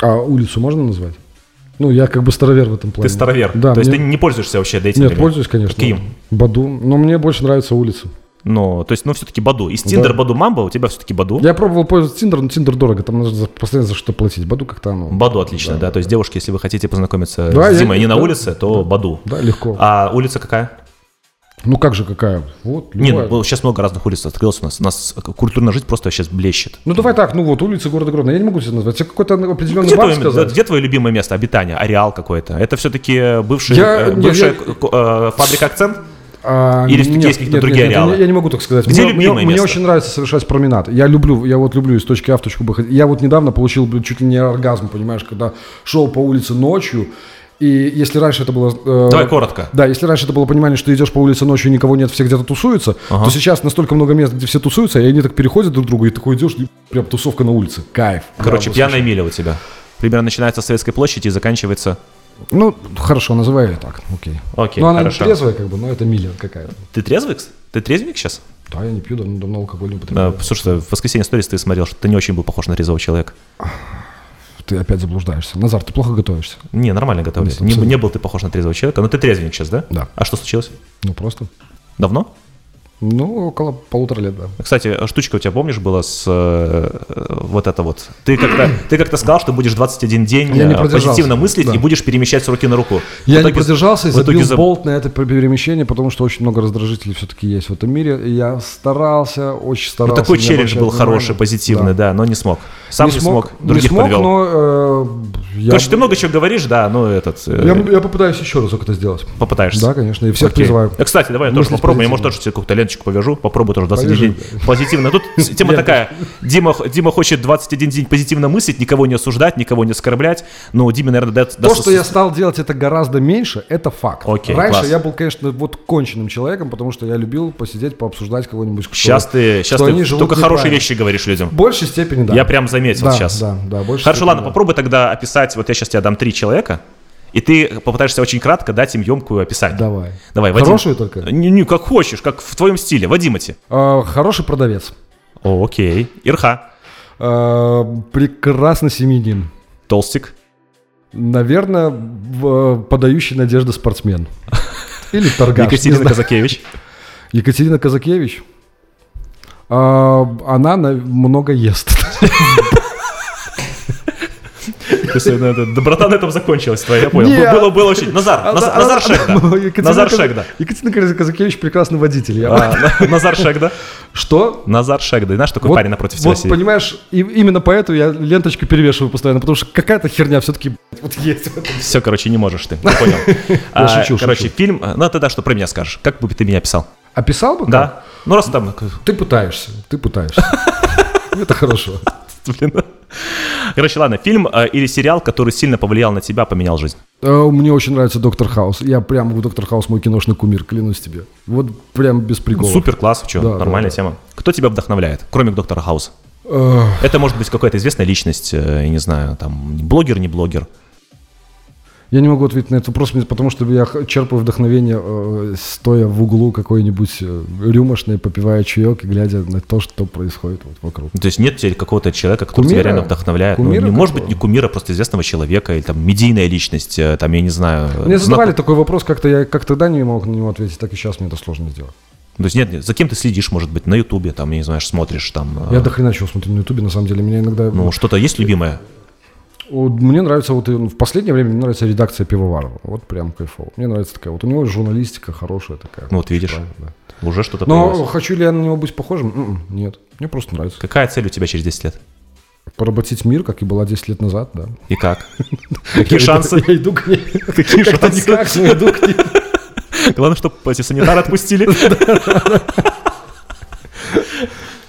Speaker 3: А улицу можно назвать? Ну, я как бы старовер в этом плане.
Speaker 2: Ты старовер.
Speaker 3: Да,
Speaker 2: То есть
Speaker 3: мне-
Speaker 2: ты не пользуешься вообще дейтингами?
Speaker 3: Нет, пользуюсь, конечно.
Speaker 2: Каким?
Speaker 3: Баду. Но мне больше нравится улица.
Speaker 2: Ну, то есть, ну, все-таки Баду. Из Тиндер,
Speaker 3: Да.
Speaker 2: Баду, Мамба у тебя все-таки Баду.
Speaker 3: Я пробовал пользоваться Тиндер, но Тиндер дорого. Там нужно за- постоянно за что платить. Баду как-то оно...
Speaker 2: Баду отлично, да. То есть, девушки, если вы хотите познакомиться
Speaker 3: Да,
Speaker 2: с
Speaker 3: я-
Speaker 2: Димой не на
Speaker 3: да.
Speaker 2: улице, то Баду.
Speaker 3: Да, легко.
Speaker 2: А улица какая?
Speaker 3: Ну как же какая? Вот,
Speaker 2: Нет,
Speaker 3: любая.
Speaker 2: сейчас много разных улиц открылось у нас. У нас культурная жизнь просто сейчас блещет.
Speaker 3: Ну давай так, ну вот улица города Гродно. Я не могу тебе назвать. Тебе какой-то определенный
Speaker 2: Ну, Где
Speaker 3: бар
Speaker 2: твое, да,
Speaker 3: сказать?
Speaker 2: где твое любимое место обитания? Ареал какой-то? Это все-таки бывший,
Speaker 3: Я-
Speaker 2: э,
Speaker 3: нет,
Speaker 2: бывшая
Speaker 3: я-
Speaker 2: к- к- э, фабрика «Акцент»?
Speaker 3: А,
Speaker 2: Или есть какие-то другие
Speaker 3: я-
Speaker 2: ареалы?
Speaker 3: Я, не могу так сказать.
Speaker 2: Где
Speaker 3: мне,
Speaker 2: любимое
Speaker 3: мне- мне
Speaker 2: место?
Speaker 3: очень нравится совершать променад. Я люблю, я вот люблю из точки А в точку Б. ходить. Я вот недавно получил блин, чуть ли не оргазм, понимаешь, когда шел по улице ночью, И если раньше это было... э,
Speaker 2: Давай коротко.
Speaker 3: Да, если раньше это было понимание, что идешь по улице ночью, никого нет, все где-то тусуются,
Speaker 2: Ага.
Speaker 3: то сейчас настолько много мест, где все тусуются, и они так переходят друг к другу, и такой идешь, и прям тусовка на улице. Кайф.
Speaker 2: Короче,
Speaker 3: Да,
Speaker 2: пьяная миля у тебя. Примерно начинается с Советской площади и заканчивается...
Speaker 3: слушай. Ну, хорошо, называй ее так. Окей.
Speaker 2: Окей,
Speaker 3: ну, она
Speaker 2: хорошо.
Speaker 3: трезвая, как бы, но это миля какая-то.
Speaker 2: Ты трезвый? Ты трезвик сейчас?
Speaker 3: Да, я не пью, давно, давно алкоголь не
Speaker 2: Да,
Speaker 3: употребляю.
Speaker 2: Э, слушай, ты в воскресенье сторис ты смотрел, что ты не очень был похож на трезвого человека.
Speaker 3: Ты опять заблуждаешься. Назар, ты плохо готовишься.
Speaker 2: Не, нормально готовлюсь.
Speaker 3: Нет,
Speaker 2: Не,
Speaker 3: абсолютно.
Speaker 2: не был ты похож на трезвого человека, но ты трезвенник сейчас, да?
Speaker 3: Да.
Speaker 2: А что случилось?
Speaker 3: Ну, просто.
Speaker 2: Давно?
Speaker 3: Ну, около полутора лет, да.
Speaker 2: Кстати, штучка у тебя, помнишь, была с э, э, вот это вот. Ты как-то, ты как-то сказал, что будешь 21 день
Speaker 3: Я не
Speaker 2: э,
Speaker 3: продержался,
Speaker 2: позитивно мыслить
Speaker 3: да.
Speaker 2: и будешь перемещать с руки на руку.
Speaker 3: Я
Speaker 2: В
Speaker 3: не
Speaker 2: итоге-
Speaker 3: продержался и
Speaker 2: в итоге
Speaker 3: забил
Speaker 2: заб-
Speaker 3: болт на это перемещение, потому что очень много раздражителей все-таки есть в этом мире. И я старался, очень
Speaker 2: Ну,
Speaker 3: старался.
Speaker 2: такой
Speaker 3: не
Speaker 2: челлендж
Speaker 3: обращать
Speaker 2: был
Speaker 3: внимания.
Speaker 2: хороший, позитивный, да. но не смог. Сам не, смог,
Speaker 3: не
Speaker 2: других
Speaker 3: смог,
Speaker 2: подвел.
Speaker 3: но э, я,
Speaker 2: Короче, ты много чего говоришь, да, но этот э,
Speaker 3: я, я попытаюсь еще разок это сделать.
Speaker 2: попытаешься.
Speaker 3: Да, конечно, и всех
Speaker 2: Окей.
Speaker 3: призываю.
Speaker 2: Э, Кстати, давай я тоже
Speaker 3: Мыслить
Speaker 2: попробую. Я, может,
Speaker 3: позитивно.
Speaker 2: тоже тебе какую-то ленточку повяжу. Попробую тоже 21
Speaker 3: Повяжи,
Speaker 2: день позитивно. Тут с- тема
Speaker 3: Я
Speaker 2: такая. Дима, х- Дима хочет 21 день позитивно мыслить, никого не осуждать, никого не оскорблять. Но Диме, наверное, даст...
Speaker 3: То, что я стал делать это гораздо меньше, это факт.
Speaker 2: Окей,
Speaker 3: Раньше
Speaker 2: класс.
Speaker 3: я был, конечно, вот конченным человеком, потому что я любил посидеть, пообсуждать кого-нибудь. кто-
Speaker 2: Сейчас ты, сейчас
Speaker 3: что
Speaker 2: ты
Speaker 3: они живут
Speaker 2: только хорошие
Speaker 3: неправильно.
Speaker 2: вещи говоришь людям.
Speaker 3: В большей степени, да.
Speaker 2: Я прям заметил
Speaker 3: Да,
Speaker 2: сейчас.
Speaker 3: да, да, больше
Speaker 2: Хорошо,
Speaker 3: степени,
Speaker 2: ладно,
Speaker 3: да.
Speaker 2: попробуй тогда описать. Вот я сейчас тебе дам три человека, и ты попытаешься очень кратко дать им емкую описание.
Speaker 3: Давай.
Speaker 2: Давай, Вадим.
Speaker 3: Хорошую только?
Speaker 2: Не, не, как хочешь, как в твоем стиле. Вадимати.
Speaker 3: А, хороший продавец.
Speaker 2: О, окей. Ирха.
Speaker 3: А, прекрасный семьянин.
Speaker 2: Толстик.
Speaker 3: Наверное, в- подающий
Speaker 2: (laughs)
Speaker 3: надежды спортсмен. Или торгаш. не
Speaker 2: Екатерина
Speaker 3: знаю.
Speaker 2: Казакевич.
Speaker 3: Екатерина Казакевич. А, Она на- много ест. (laughs)
Speaker 2: То есть, э, да, Доброта на этом закончилась твоя, я понял.
Speaker 3: Нет.
Speaker 2: Было, было очень... Назар, А, Наз-
Speaker 3: Она-
Speaker 2: Назар
Speaker 3: она- (laughs) она-
Speaker 2: Шегда.
Speaker 3: а, ну, Екатерина
Speaker 2: Назар
Speaker 3: Каз-
Speaker 2: Шегда.
Speaker 3: Екатерина Каз- Казакевич прекрасный водитель. я-
Speaker 2: А, на- Назар Шегда.
Speaker 3: Что?
Speaker 2: Назар Шегда. И знаешь, такой
Speaker 3: Вот-
Speaker 2: парень напротив тебя
Speaker 3: Вот
Speaker 2: сидит.
Speaker 3: понимаешь, и- именно поэтому я ленточку перевешиваю постоянно, потому что какая-то херня все-таки вот есть. в этом.
Speaker 2: Все, короче, не можешь ты. Я
Speaker 3: (laughs)
Speaker 2: понял. А,
Speaker 3: шучу,
Speaker 2: Короче,
Speaker 3: шучу.
Speaker 2: фильм... а, Ну, тогда что про меня скажешь? Как бы ты меня описал?
Speaker 3: Описал А бы? как?
Speaker 2: Да? Ну, раз там... к-
Speaker 3: Ты пытаешься, ты пытаешься. (laughs) Это хорошо.
Speaker 2: Блин. Короче, ладно, фильм э, или сериал, который сильно повлиял на тебя, поменял жизнь.
Speaker 3: Э, Мне очень нравится Доктор Хаус. Я прям в Доктор Хаус мой киношный кумир, клянусь тебе. Вот прям без прикола.
Speaker 2: Супер класс, что,
Speaker 3: Да, да,
Speaker 2: нормальная
Speaker 3: да.
Speaker 2: тема. Кто тебя вдохновляет, кроме доктора Хауса?
Speaker 3: Э,
Speaker 2: Это может быть какая-то известная личность, э, я не знаю, там, блогер, не блогер.
Speaker 3: Я не могу ответить на этот вопрос, мне- потому что я х- черпаю вдохновение, э, стоя в углу какой-нибудь э, рюмошной, попивая чаек и глядя на то, что происходит вот вокруг.
Speaker 2: Ну, То есть нет тебе какого-то человека, который тебя
Speaker 3: Кумира?
Speaker 2: реально вдохновляет. Ну,
Speaker 3: Кумира
Speaker 2: не- может быть,
Speaker 3: какого?
Speaker 2: не кумира, просто известного человека, или там медийная личность, э, там, я не знаю. э,
Speaker 3: Мне задавали
Speaker 2: знаком-
Speaker 3: такой вопрос, как-то я как тогда не мог на него ответить, так и сейчас мне это сложно сделать.
Speaker 2: Ну, То есть нет, нет, за кем ты следишь, может быть, на Ютубе, там, я не знаю, смотришь, там. э,
Speaker 3: Я до хрена чего смотрю на Ютубе, на самом деле. Меня иногда...
Speaker 2: Ну, что-то есть любимое?
Speaker 3: Вот Мне нравится вот и ну, в последнее время мне нравится редакция Пивоварова. Вот прям кайфово. Мне нравится такая. Вот у него журналистика хорошая такая.
Speaker 2: Ну, вот видишь,
Speaker 3: да.
Speaker 2: уже что-то
Speaker 3: Но
Speaker 2: появилось.
Speaker 3: хочу ли я на него быть похожим? М-м, Нет. Мне просто нравится.
Speaker 2: Какая цель у тебя через 10 лет?
Speaker 3: Поработить мир, как и была 10 лет назад, да.
Speaker 2: И
Speaker 3: (laughs)
Speaker 2: как? Какие шансы?
Speaker 3: Я иду к ней.
Speaker 2: Какие
Speaker 3: Как-то
Speaker 2: шансы?
Speaker 3: никак, но иду к ней.
Speaker 2: Главное, чтобы эти санитары
Speaker 3: (laughs)
Speaker 2: отпустили.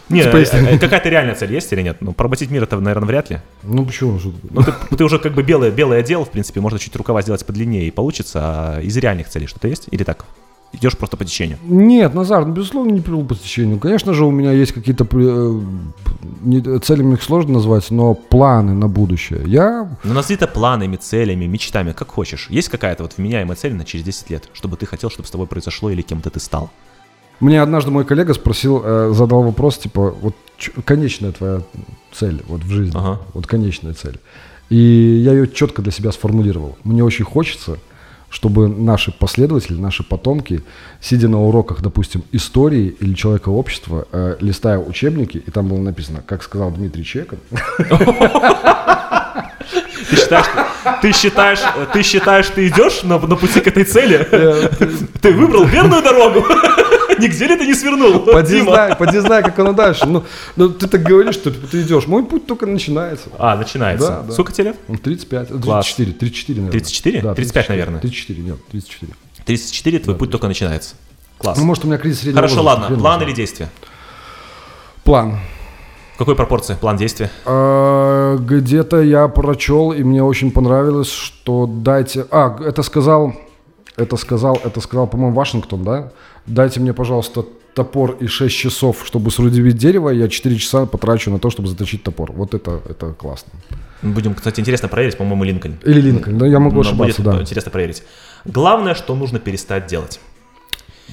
Speaker 2: Не,
Speaker 3: Типа, если-
Speaker 2: э, э, какая-то реальная цель есть или нет? Ну, поработить мир это, наверное, вряд ли.
Speaker 3: Ну почему? же?
Speaker 2: Ну, ты, ты уже как бы белое, белое одел, в принципе, можно чуть рукава сделать подлиннее и получится. А из реальных целей что-то есть? Или так? Идешь просто по течению.
Speaker 3: Нет, Назар, ну, безусловно, не плюнул по течению. Ну, Конечно же, у меня есть какие-то э, не- целями их сложно назвать, но планы на будущее. Я
Speaker 2: Но Ну, назови это планами, целями, мечтами, как хочешь. Есть какая-то вот вменяемая цель на через 10 лет, чтобы ты хотел, чтобы с тобой произошло или кем-то ты стал?
Speaker 3: Мне однажды мой коллега спросил, э, задал вопрос, типа, вот чё- конечная твоя цель вот в жизни,
Speaker 2: Ага.
Speaker 3: вот конечная цель. И я ее четко для себя сформулировал. Мне очень хочется, чтобы наши последователи, наши потомки, сидя на уроках, допустим, истории или человека общества, э, листая учебники, и там было написано, как сказал Дмитрий
Speaker 2: (laughs)
Speaker 3: Чеков,
Speaker 2: Ты считаешь, ты- ты считаешь, э, ты, считаешь, ты идешь на, на пути к этой
Speaker 3: (laughs)
Speaker 2: цели? Ты выбрал верную дорогу? (laughs) Нигде ли ты не свернул?
Speaker 3: поди
Speaker 2: ну, Дима?
Speaker 3: знай, поди знай, как оно дальше. Ну, ну, ты так говоришь, что ты идешь. Мой путь только начинается.
Speaker 2: А, начинается.
Speaker 3: Да, да.
Speaker 2: Сколько тебе лет?
Speaker 3: Ну, 35, э,
Speaker 2: Класс.
Speaker 3: 34, 34, наверное.
Speaker 2: 34? 35, наверное.
Speaker 3: 34, нет, 34.
Speaker 2: 34, твой путь только начинается. Класс.
Speaker 3: Ну, может, у Ну, меня кризис среднего
Speaker 2: Хорошо,
Speaker 3: возраста,
Speaker 2: ладно.
Speaker 3: хрен его
Speaker 2: План
Speaker 3: знает.
Speaker 2: или действие?
Speaker 3: План.
Speaker 2: В какой пропорции план действия?
Speaker 3: А, Где-то я прочел, и мне очень понравилось, что дайте... А, это сказал, это сказал, это сказал, по-моему, Вашингтон, да? Дайте мне, пожалуйста, топор и 6 часов, чтобы срудивить дерево, я 4 часа потрачу на то, чтобы заточить топор. Вот это, это классно.
Speaker 2: Будем, кстати, интересно проверить, по-моему, Линкольн.
Speaker 3: Или Линкольн, да, я могу
Speaker 2: Но
Speaker 3: ошибаться,
Speaker 2: Ну, будет э,
Speaker 3: да.
Speaker 2: интересно проверить. Главное, что нужно перестать делать.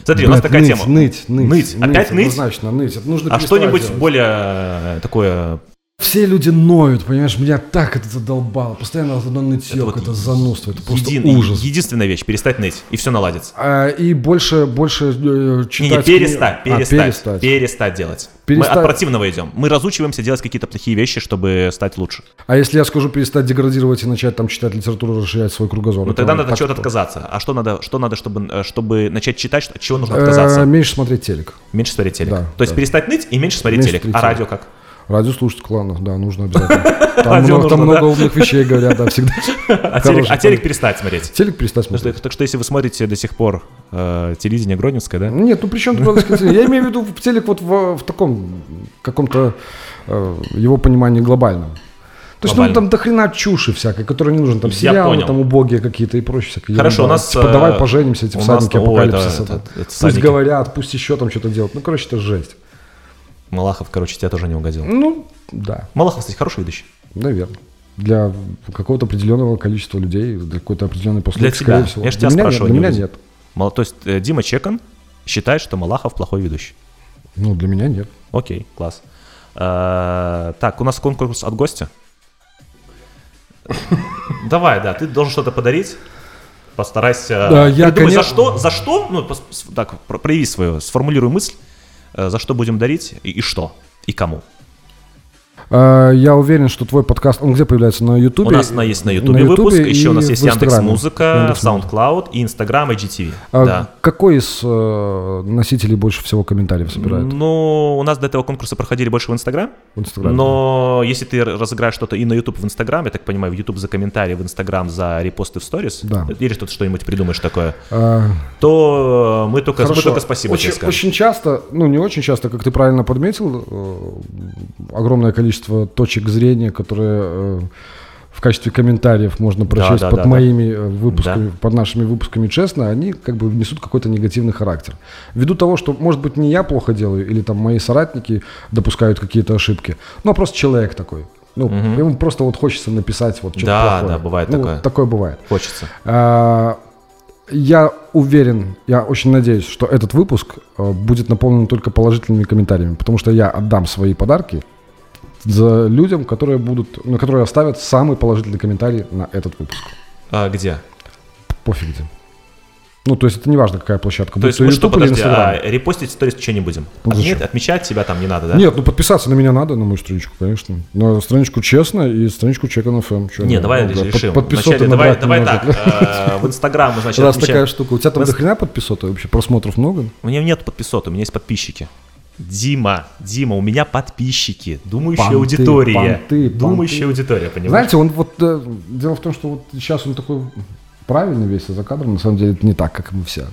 Speaker 2: Смотри, у нас
Speaker 3: Блядь,
Speaker 2: такая
Speaker 3: ныть,
Speaker 2: тема.
Speaker 3: Ныть, ныть,
Speaker 2: Ныть. Опять ныть?
Speaker 3: Однозначно, ныть. Это нужно
Speaker 2: а
Speaker 3: переставать
Speaker 2: что-нибудь
Speaker 3: делать.
Speaker 2: более э, такое...
Speaker 3: Все люди ноют, понимаешь, меня так это задолбало. Постоянно одно нытье, это,
Speaker 2: вот
Speaker 3: занудство, это просто
Speaker 2: един-
Speaker 3: ужас.
Speaker 2: Единственная вещь, перестать ныть, и все наладится.
Speaker 3: А, и больше, больше э,
Speaker 2: Не, не,
Speaker 3: читать... кни-
Speaker 2: перестать,
Speaker 3: А,
Speaker 2: перестать, перестать,
Speaker 3: перестать.
Speaker 2: делать. Мы
Speaker 3: Перестать.
Speaker 2: от противного идем. Мы разучиваемся делать какие-то плохие вещи, чтобы стать лучше.
Speaker 3: А если я скажу перестать деградировать и начать там читать литературу, расширять свой кругозор?
Speaker 2: Ну
Speaker 3: это
Speaker 2: тогда
Speaker 3: вот
Speaker 2: надо
Speaker 3: так
Speaker 2: от чего-то
Speaker 3: что?
Speaker 2: отказаться. А что надо, что надо, чтобы, э, чтобы начать читать, что- от чего нужно
Speaker 3: Э,
Speaker 2: отказаться?
Speaker 3: Меньше смотреть телек.
Speaker 2: Меньше смотреть телек.
Speaker 3: да,
Speaker 2: То есть
Speaker 3: да.
Speaker 2: перестать ныть и меньше смотреть
Speaker 3: Меньше
Speaker 2: телек.
Speaker 3: смотреть
Speaker 2: А
Speaker 3: телек.
Speaker 2: радио как?
Speaker 3: Радио слушать, классно, да, нужно обязательно.
Speaker 2: (laughs)
Speaker 3: Там
Speaker 2: Радио
Speaker 3: много- там
Speaker 2: нужно,
Speaker 3: много
Speaker 2: да.
Speaker 3: умных вещей говорят, да, всегда.
Speaker 2: (laughs) А телек, а
Speaker 3: Хороший
Speaker 2: телек
Speaker 3: пункт.
Speaker 2: перестать смотреть.
Speaker 3: Телек перестать
Speaker 2: Ну, что-
Speaker 3: смотреть.
Speaker 2: так что если вы смотрите до сих пор э, телевидение Гродненское, да?
Speaker 3: Нет, ну при чем тут бразильский телек? Я имею в виду в телек вот в, в таком каком-то э, его понимании глобальном. То есть, ну,
Speaker 2: Глобальном.
Speaker 3: там до хрена чуши всякой, которая не нужна. Там
Speaker 2: Я
Speaker 3: сериалы,
Speaker 2: понял.
Speaker 3: там убогие какие-то и прочее всякое.
Speaker 2: Хорошо,
Speaker 3: Ерунда.
Speaker 2: у нас,
Speaker 3: Типа,
Speaker 2: э,
Speaker 3: давай поженимся, эти
Speaker 2: у нас-
Speaker 3: всадники
Speaker 2: о, это-
Speaker 3: апокалипсиса.
Speaker 2: это-
Speaker 3: там.
Speaker 2: это
Speaker 3: Пусть
Speaker 2: всадники.
Speaker 3: говорят, пусть еще там что-то делают. Ну, короче, это жесть.
Speaker 2: Малахов, короче, тебя тоже не угодил.
Speaker 3: Ну, да,
Speaker 2: Малахов, кстати, хороший ведущий.
Speaker 3: наверное. Для какого-то определенного количества людей, для какой-то определенной
Speaker 2: Для тебя.
Speaker 3: послуги, Ну, скорее всего.
Speaker 2: Я же
Speaker 3: Для
Speaker 2: тебя
Speaker 3: меня нет,
Speaker 2: спрашивать
Speaker 3: Для
Speaker 2: не
Speaker 3: меня
Speaker 2: буду.
Speaker 3: нет.
Speaker 2: Мало- то есть э, Дима Чекан считает, что Малахов плохой ведущий.
Speaker 3: Ну, для меня нет.
Speaker 2: Окей, класс. Э, так, у нас конкурс от гостя. Давай, да, ты должен что-то подарить. Постарайся.
Speaker 3: Да, я,
Speaker 2: придумай, за
Speaker 3: конечно-
Speaker 2: что, за что, ну, пос- с- так, про- прояви свою, сформулируй мысль, э, за что будем дарить и, и что, и кому.
Speaker 3: А, Я уверен, что твой подкаст, он где появляется? На Ютубе?
Speaker 2: У нас на, есть на Ютубе выпуск,
Speaker 3: Ютубе
Speaker 2: еще у нас
Speaker 3: и
Speaker 2: есть
Speaker 3: в Инстаграме.
Speaker 2: Яндекс Музыка,
Speaker 3: Яндекс.Музыка.
Speaker 2: SoundCloud и Инстаграм и GTV.
Speaker 3: А
Speaker 2: да.
Speaker 3: Какой из э, носителей больше всего комментариев собирает
Speaker 2: Ну, у нас до этого конкурса проходили больше в Инстаграм.
Speaker 3: в Инстаграме?
Speaker 2: Но если ты разыграешь что-то и на YouTube, в Инстаграм, я так понимаю, в YouTube за комментарии, в Инстаграм за репосты в сторис,
Speaker 3: Да.
Speaker 2: или что-то что-нибудь придумаешь такое,
Speaker 3: А,
Speaker 2: то э, мы только, мы
Speaker 3: хорошо.
Speaker 2: только спасибо
Speaker 3: очень,
Speaker 2: тебе скажем.
Speaker 3: очень часто, ну не очень часто, как ты правильно подметил, э, огромное количество точек зрения, которые э, в качестве комментариев можно прочесть
Speaker 2: да,
Speaker 3: под
Speaker 2: да, да.
Speaker 3: моими э, выпусками, под нашими выпусками честно, они как бы несут какой-то негативный характер. Ввиду того, что, может быть, не я плохо делаю, или там мои соратники допускают какие-то ошибки, но просто человек такой. Ну, ему просто вот хочется написать вот что-то
Speaker 2: Да,
Speaker 3: плохое.
Speaker 2: да, бывает
Speaker 3: Ну,
Speaker 2: такое.
Speaker 3: Такое бывает.
Speaker 2: Хочется.
Speaker 3: А, Я уверен, я очень надеюсь, что этот выпуск э, будет наполнен только положительными комментариями, потому что я отдам свои подарки за людям, которые будут, ну, которые оставят самый положительный комментарий на этот выпуск.
Speaker 2: А, где?
Speaker 3: Пофиг где. Ну, то есть это не важно, какая площадка.
Speaker 2: То
Speaker 3: будет
Speaker 2: есть мы что,
Speaker 3: YouTube или
Speaker 2: подожди,
Speaker 3: Instagram.
Speaker 2: а, репостить в сторис что не будем?
Speaker 3: Ну,
Speaker 2: Отме-
Speaker 3: зачем?
Speaker 2: отмечать тебя там не надо, да?
Speaker 3: Нет, ну подписаться на меня надо, на мою страничку, конечно. На страничку честно и страничку Чека на ФМ.
Speaker 2: Не, давай
Speaker 3: ну,
Speaker 2: решим. Вначале давай, давай так. э, В Инстаграм мы, значит,
Speaker 3: Раз такая
Speaker 2: отмечаем.
Speaker 3: штука. У тебя там
Speaker 2: Нас-
Speaker 3: до хрена подписоты вообще? Просмотров много?
Speaker 2: У меня нет подписот, у меня есть подписчики. Дима, Дима, у меня подписчики, думающая
Speaker 3: Понты,
Speaker 2: аудитория.
Speaker 3: понты,
Speaker 2: думающая
Speaker 3: понты.
Speaker 2: аудитория, понимаешь?
Speaker 3: Знаете, он вот э, дело в том, что вот сейчас он такой правильный весь а за кадром, на самом деле это не так, как мы все.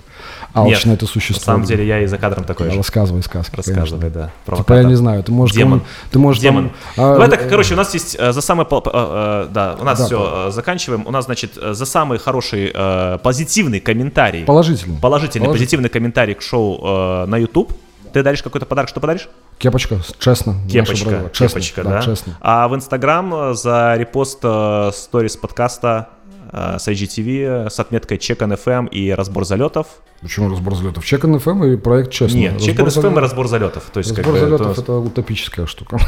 Speaker 3: Алчно
Speaker 2: Нет,
Speaker 3: это существо.
Speaker 2: На самом деле я и за кадром такой
Speaker 3: Да,
Speaker 2: же.
Speaker 3: рассказывай сказки.
Speaker 2: Рассказывай, да.
Speaker 3: конечно. Типа я
Speaker 2: провокатор.
Speaker 3: не знаю, ты можешь
Speaker 2: Демон.
Speaker 3: кому- ты можешь там,
Speaker 2: Демон. Ну,
Speaker 3: а,
Speaker 2: Давай так,
Speaker 3: э,
Speaker 2: короче, у нас есть э, за самый... пол- э, э, Да, у нас
Speaker 3: Да,
Speaker 2: все, э, заканчиваем. У нас, значит, э, за самый хороший э, позитивный комментарий,
Speaker 3: положительный.
Speaker 2: положительный,
Speaker 3: Положи-
Speaker 2: позитивный комментарий к шоу э, на YouTube, ты даришь какой-то подарок, что подаришь?
Speaker 3: Кепочка, с- честно. наша
Speaker 2: Кепочка,
Speaker 3: бродяга, честно,
Speaker 2: кепочка, да.
Speaker 3: честно.
Speaker 2: А в Инстаграм э, за репост э, сторис подкаста э, с IGTV э, с отметкой Check on FM эм» и разбор залетов.
Speaker 3: Почему разбор залетов? Чек НФМ и проект честно.
Speaker 2: Нет, Check on
Speaker 3: Разбор
Speaker 2: FM эм» и
Speaker 3: залетов-
Speaker 2: разбор залетов. То есть, как
Speaker 3: Разбор
Speaker 2: бы, это у
Speaker 3: залетов
Speaker 2: нас-
Speaker 3: это утопическая штука.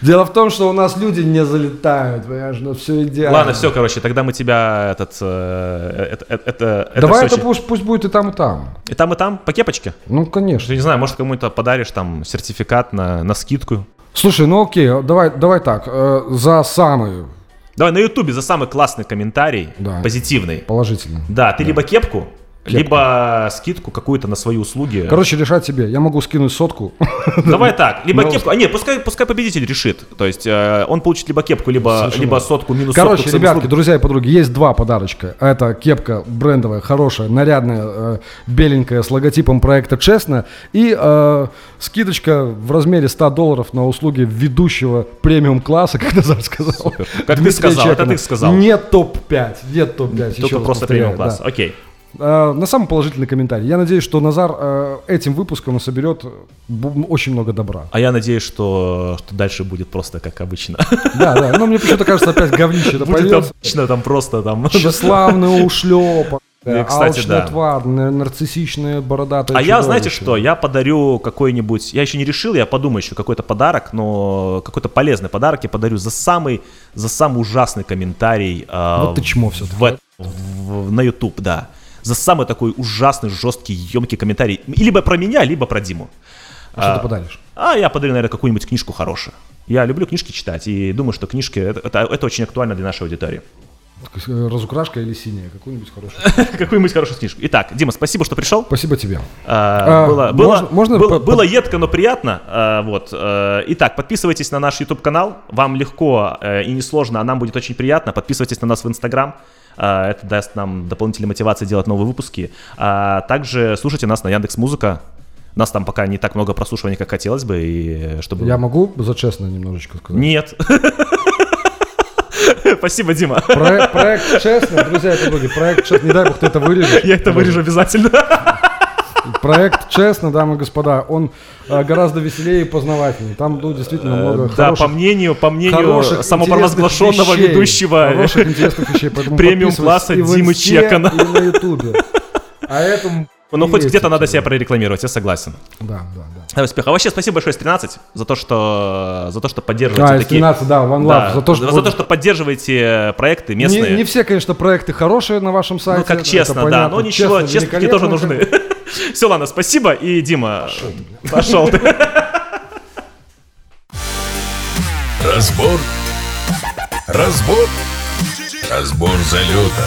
Speaker 3: Дело в том, что у нас люди не залетают, понимаешь, но все идеально.
Speaker 2: Ладно, все, короче, тогда мы тебя этот... э, это- это- это- это
Speaker 3: Давай
Speaker 2: всё
Speaker 3: это пусть, пусть будет и там, и там.
Speaker 2: И там, и там, по кепочке.
Speaker 3: Ну,
Speaker 2: Что,
Speaker 3: конечно.
Speaker 2: не знаю, может, кому-то подаришь там сертификат на, на скидку.
Speaker 3: Слушай, ну окей, давай, давай так. э, за самый
Speaker 2: Давай на Ютубе за самый классный комментарий,
Speaker 3: Да.
Speaker 2: позитивный.
Speaker 3: положительный.
Speaker 2: Да, ты либо кепку, либо скидку какую-то на свои услуги.
Speaker 3: Короче, решать себе. Я могу скинуть сотку.
Speaker 2: Давай так, либо
Speaker 3: Ну,
Speaker 2: кепку, а нет, пускай, пускай победитель решит. То есть э, он получит либо кепку, либо,
Speaker 3: Совершенно.
Speaker 2: либо сотку минус сотку.
Speaker 3: ну, Короче,
Speaker 2: к своим
Speaker 3: ребятки,
Speaker 2: услугам.
Speaker 3: друзья и подруги, есть два подарочка. Это кепка брендовая, хорошая, нарядная, э, беленькая, с логотипом проекта «Честно». И э, скидочка в размере 100 долларов на услуги ведущего премиум-класса, (laughs) как Назар сказал.
Speaker 2: Как ты
Speaker 3: Дмитрия
Speaker 2: сказал, это
Speaker 3: Чакина.
Speaker 2: ты сказал.
Speaker 3: Нет топ-5, нет топ-5. еще
Speaker 2: Только
Speaker 3: раз
Speaker 2: просто
Speaker 3: повторяю,
Speaker 2: премиум класс.
Speaker 3: да.
Speaker 2: Окей.
Speaker 3: Э, На самый положительный комментарий. Я надеюсь, что Назар э, этим выпуском соберет бу- очень много добра.
Speaker 2: А я надеюсь, что, что дальше будет просто как обычно.
Speaker 3: Да, да. Но мне почему-то кажется, опять
Speaker 2: (laughs)
Speaker 3: говнище это
Speaker 2: Будет
Speaker 3: польется.
Speaker 2: обычно там просто там. (laughs)
Speaker 3: Тщеславный ушлепок. А
Speaker 2: Да, Ну кстати,
Speaker 3: алчная
Speaker 2: да.
Speaker 3: тварь, на- нарциссичная бородатая
Speaker 2: А я, знаете что, я подарю какой-нибудь, я еще не решил, я подумаю еще какой-то подарок, но какой-то полезный подарок я подарю за самый, за самый ужасный комментарий. э,
Speaker 3: Вот Ну, ты чмо всё-таки,
Speaker 2: в эт- в- в- На YouTube, да. За самый такой ужасный, жесткий, емкий комментарий. И Либо про меня, либо про Диму.
Speaker 3: Что ты подаришь?
Speaker 2: А я подарю, наверное, какую-нибудь книжку хорошую. Я люблю книжки читать и думаю, что книжки это, это- это очень актуально для нашей аудитории. (laughs)
Speaker 3: Так, э, Разукрашка или синяя? Какую-нибудь хорошую.
Speaker 2: Какую-нибудь хорошую книжку. Итак, Дима, спасибо, что пришел.
Speaker 3: Спасибо тебе.
Speaker 2: А,
Speaker 3: А,
Speaker 2: было,
Speaker 3: можно-
Speaker 2: было,
Speaker 3: можно
Speaker 2: было,
Speaker 3: по- по-
Speaker 2: было едко, но приятно. А, вот. э, Итак, подписывайтесь на наш YouTube канал. Вам легко э, и несложно, а нам будет очень приятно. Подписывайтесь на нас в Instagram. А, Это даст нам дополнительной мотивации делать новые выпуски. А Также слушайте нас на Яндекс Музыка. Нас там пока не так много прослушиваний, как хотелось бы, и э, чтобы.
Speaker 3: Я могу за честно немножечко
Speaker 2: (laughs)
Speaker 3: сказать?
Speaker 2: Нет. Спасибо, Дима. (laughs)
Speaker 3: Проект, проект честно, друзья и подруги, проект честно, не дай бог ты это вырежешь.
Speaker 2: Я это вырежу обязательно.
Speaker 3: Проект честно, дамы и господа, он э, гораздо веселее и познавательнее. Там ну, действительно много
Speaker 2: Э, Да,
Speaker 3: хороших
Speaker 2: по мнению, по мнению
Speaker 3: хороших,
Speaker 2: самопровозглашенного
Speaker 3: интересных вещей,
Speaker 2: ведущего. (laughs)
Speaker 3: Хороших, интересных вещей. Поэтому
Speaker 2: премиум
Speaker 3: подписывайтесь
Speaker 2: класса
Speaker 3: и в
Speaker 2: Димы
Speaker 3: Инсте,
Speaker 2: Чекана.
Speaker 3: И на Ютубе. А этому...
Speaker 2: (laughs) Ну,
Speaker 3: и
Speaker 2: хоть
Speaker 3: есть
Speaker 2: где-то надо
Speaker 3: эти-
Speaker 2: себя прорекламировать, я согласен.
Speaker 3: Да, да, да.
Speaker 2: Давай успеха. А Вообще, спасибо большое, S13, за то, что, за то, что поддерживаете
Speaker 3: А,
Speaker 2: такие...
Speaker 3: S13, да, One Love,
Speaker 2: Да,
Speaker 3: за то, что... вот-
Speaker 2: поддерживаете проекты
Speaker 3: не,
Speaker 2: местные.
Speaker 3: не все, конечно, проекты хорошие на вашем сайте.
Speaker 2: ну, как
Speaker 3: это
Speaker 2: честно, да.
Speaker 3: понятно.
Speaker 2: Но ничего,
Speaker 3: Честно,
Speaker 2: честно, честники тоже
Speaker 3: великолепно.
Speaker 2: нужны. (laughs) Все, ладно, спасибо. И, Дима, (laughs) пошел ты.
Speaker 1: Разбор. Разбор. Разбор залета.